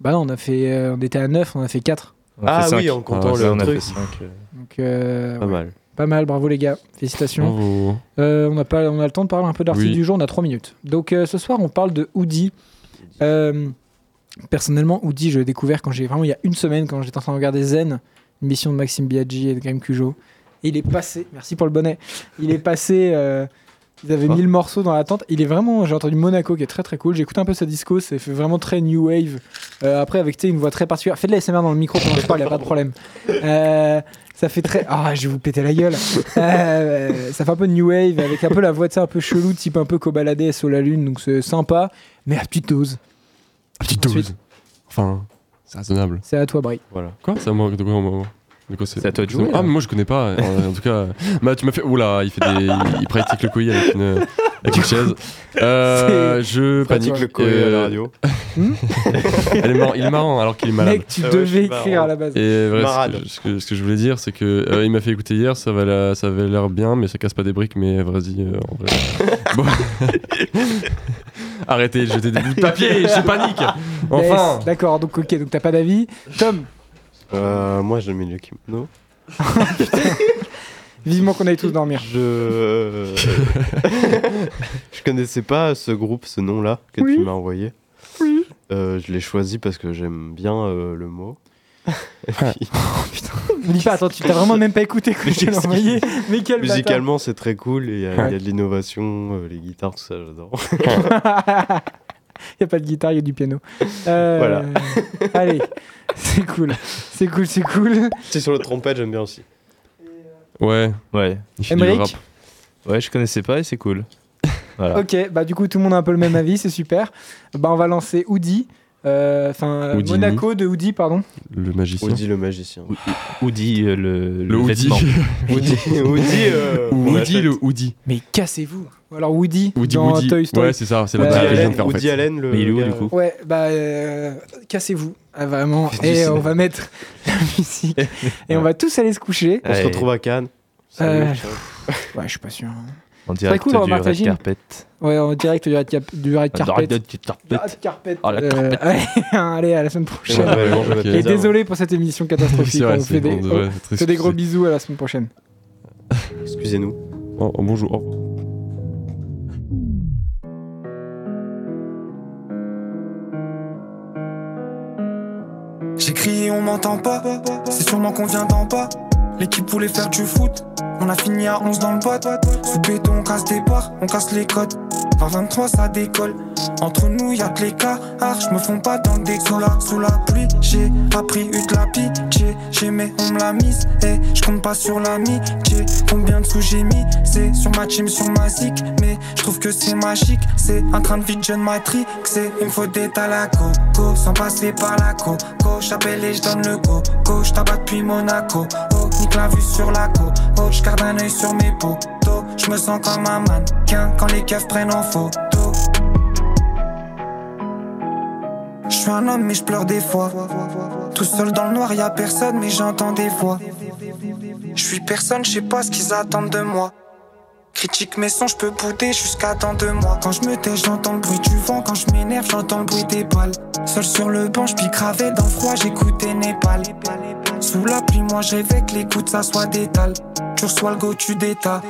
Speaker 3: Bah non, on, a fait, euh, on était à 9, on a fait 4.
Speaker 4: On a fait cinq.
Speaker 1: en comptant
Speaker 4: Ouais, on a fait
Speaker 1: truc.
Speaker 4: cinq, euh.
Speaker 3: Donc euh, ouais.
Speaker 1: Pas mal.
Speaker 3: Pas mal, bravo les gars. Félicitations.
Speaker 2: Bravo.
Speaker 3: Euh, on, a pas, on a le temps de parler un peu de l'article
Speaker 2: Oui.
Speaker 3: du jour, on a 3 minutes. Donc euh, ce soir, on parle de Hoodie. Euh, personnellement, Hoodie, je l'ai découvert quand j'ai vraiment il y a une semaine, quand j'étais en train de regarder Zen, une mission de Maxime Biaggi et de Graham Cujo. Et il est passé, merci pour le bonnet, il est passé, euh, ils avaient mis le morceau dans la tente. Il est vraiment, j'ai entendu Monaco qui est très très cool. J'ai écouté un peu sa disco, c'est fait vraiment très new wave. Euh, après, avec tu sais, une voix très particulière. Fais de la SMR dans le micro pendant que je parle, il a pas de problème. Euh, ça fait très. Ah, je vais vous péter la gueule. [laughs] Euh, ça fait un peu new wave avec un peu la voix, tu sais, un peu chelou, type un peu cobaladé sur la lune, donc c'est sympa, mais à petite dose.
Speaker 2: Petite
Speaker 3: Ensuite.
Speaker 2: dose. Enfin, c'est raisonnable.
Speaker 3: C'est à toi, Brie.
Speaker 1: Voilà.
Speaker 2: Quoi Ça manque de quoi en moment Du coup, c'est
Speaker 4: C'est à toi de jouer,
Speaker 2: Ah,
Speaker 4: là.
Speaker 2: mais moi je connais pas. En, en tout cas, [laughs] bah, tu m'as fait. Oula, il fait des. il- Il pratique le couille avec une, avec une chaise. Euh, je panique. euh,
Speaker 1: Panique le coé à la radio.
Speaker 2: Elle est mar- Il est marrant alors qu'il est malade.
Speaker 3: Mec, tu
Speaker 1: Ah ouais, je
Speaker 3: devais
Speaker 1: suis
Speaker 3: écrire
Speaker 1: marrant.
Speaker 3: à la base.
Speaker 2: Et vrai, ce,
Speaker 1: Marade.
Speaker 2: que, ce que- ce que je voulais dire, c'est que euh, il m'a fait écouter hier, ça, va la- ça avait l'air bien, mais ça casse pas des briques, mais vas-y, euh, en vrai. Bon. [laughs] Arrêtez de jeter des bouts de papier, je panique Enfin
Speaker 3: Yes, D'accord, donc ok, donc t'as pas d'avis. Tom,
Speaker 1: Euh, moi, j'aime bien le kimono.
Speaker 3: vivement qu'on aille
Speaker 1: [laughs]
Speaker 3: tous dormir.
Speaker 1: Je. euh, je connaissais pas ce groupe, ce nom-là que
Speaker 3: Oui.
Speaker 1: tu m'as envoyé. Euh, je l'ai choisi parce que j'aime bien euh, le mot. Et puis,
Speaker 3: Me dis pas, attends, tu t'as vraiment même pas écouté quand
Speaker 1: Mais
Speaker 3: je te l'ai
Speaker 1: qu'est-ce
Speaker 3: envoyé. Mais quel bâtard.
Speaker 1: musicalement, c'est très cool. et Il y, a il y a de l'innovation, euh, les guitares, tout ça, [laughs] j'adore.
Speaker 3: Il n'y a pas de guitare, il [laughs] y a du piano. Euh,
Speaker 1: Voilà.
Speaker 3: [laughs] allez, c'est cool. C'est cool, c'est cool.
Speaker 1: c'est sur le trompette, j'aime bien aussi.
Speaker 2: Ouais,
Speaker 4: Ouais.
Speaker 2: il fait du
Speaker 3: Emmerich
Speaker 2: rap.
Speaker 4: Ouais, je connaissais pas et c'est cool. Voilà.
Speaker 3: Ok, bah du coup, tout le monde a un peu le même avis, c'est super. Bah on va lancer Oudi. euh, Enfin, euh,
Speaker 2: Houdini.
Speaker 3: Monaco de Oudi, pardon.
Speaker 2: Le magicien.
Speaker 1: Woody le magicien.
Speaker 4: Woody, euh, le,
Speaker 2: Le Woody.
Speaker 4: vêtement.
Speaker 1: Woody, [laughs] Woody, euh,
Speaker 2: Ou
Speaker 1: qu'on
Speaker 2: [laughs] Woody,
Speaker 1: achète.
Speaker 2: le Woody.
Speaker 3: Mais cassez-vous. Ou alors Woody,
Speaker 2: Woody,
Speaker 3: dans
Speaker 2: Woody.
Speaker 3: Toy Story.
Speaker 2: Ouais, c'est ça, c'est la
Speaker 3: Euh,
Speaker 1: Woody
Speaker 2: blague que je viens de
Speaker 1: Allen,
Speaker 2: faire. Ah, en
Speaker 1: Woody
Speaker 2: fait.
Speaker 1: Allen, le.
Speaker 4: Mais il est où
Speaker 1: gars,
Speaker 4: du coup
Speaker 3: Ouais, bah euh, cassez-vous, Ah, vraiment.
Speaker 1: Faites du
Speaker 3: Et
Speaker 1: cinéma.
Speaker 3: on va mettre [laughs] la musique. Et on va tous aller se coucher.
Speaker 1: On se
Speaker 4: Ah, Ouais.
Speaker 1: retrouve à Cannes. Salut,
Speaker 3: Euh,
Speaker 1: ciao.
Speaker 3: Ouais, je suis pas sûr. hein.
Speaker 4: En direct
Speaker 3: cool,
Speaker 4: du
Speaker 3: Robert
Speaker 4: red
Speaker 3: Tagine.
Speaker 4: carpet.
Speaker 3: Ouais, en direct du Red, Cap- du red Carpet.
Speaker 4: Ah, Red carpet.
Speaker 3: Red Carpet.
Speaker 4: Ah, la
Speaker 3: Euh, [laughs] allez, à la semaine
Speaker 1: Et moi,
Speaker 3: prochaine.
Speaker 1: je vais manger ma
Speaker 2: Et
Speaker 3: Et
Speaker 1: pizza, moi.
Speaker 3: désolé pour cette émission
Speaker 2: C'est
Speaker 3: catastrophique.
Speaker 2: vrai,
Speaker 3: on
Speaker 2: c'est
Speaker 3: fait des,
Speaker 2: on devrait être
Speaker 3: on fait des gros
Speaker 2: excusé.
Speaker 3: bisous à la semaine prochaine.
Speaker 1: euh, Excusez-nous.
Speaker 2: Oh, oh, bonjour. au revoir.
Speaker 8: J'ai crié, on m'entend pas. C'est sûrement qu'on vient d'en bas. L'équipe voulait faire du foot. On a fini à 11 dans le boîte. Sous béton, on casse des barres, on casse les codes. Par 23, ça décolle. Entre nous, y'a de l'écart. Je me fonds pas dans le décor. Sous la, sous la pluie, j'ai appris, eu de la pitié. J'aimais, on me l'a mise. Et je compte pas sur l'amitié. Combien de sous j'ai mis C'est sur ma team, sur ma zik. Mais je trouve que c'est magique. C'est un train de vie de jeune matrix. Il me faut des talacos. Go, sans passer par la co. Go, j'appelle et je donne le go. Go, je tabac depuis Monaco. Oh, nique la vue sur la co. Oh, je garde un œil sur mes poteaux. Je me sens comme un mannequin quand les keufs prennent en photo. Je suis un homme mais je pleure des fois. Tout seul dans le noir, y a personne mais j'entends des voix. Je suis personne, je sais pas ce qu'ils attendent de moi. Critique mes sons, je peux bouder jusqu'à dans deux mois. Quand je me tais, j'entends le bruit du vent. Quand je m'énerve, j'entends le bruit des balles. Seul sur le banc, je cravé dans le froid, j'écoutais Népal. Sous la pluie, moi je rêvais que les coups de ça soit d'étal. Tu reçois le go, tu détales.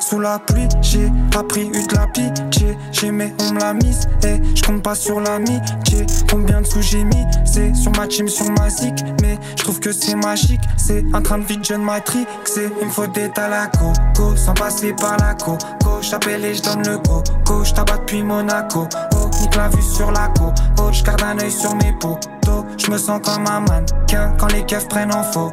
Speaker 8: Sous la pluie, j'ai appris, eu de la pitié. J'aimais, on me l'a mise. Et je compte pas sur l'amitié. Combien de sous j'ai mis C'est sur ma team, sur ma zik. Mais je trouve que c'est magique. C'est un train de vie de jeune matrix. Il me faut des talacos. Go, sans passer par la co. Go, j'appelle et je donne le go. Go, je tabac depuis Monaco. Oh, nique la vue sur la co. Oh, je garde un œil sur mes poteaux. Je me sens comme un mannequin quand les keufs prennent en photo.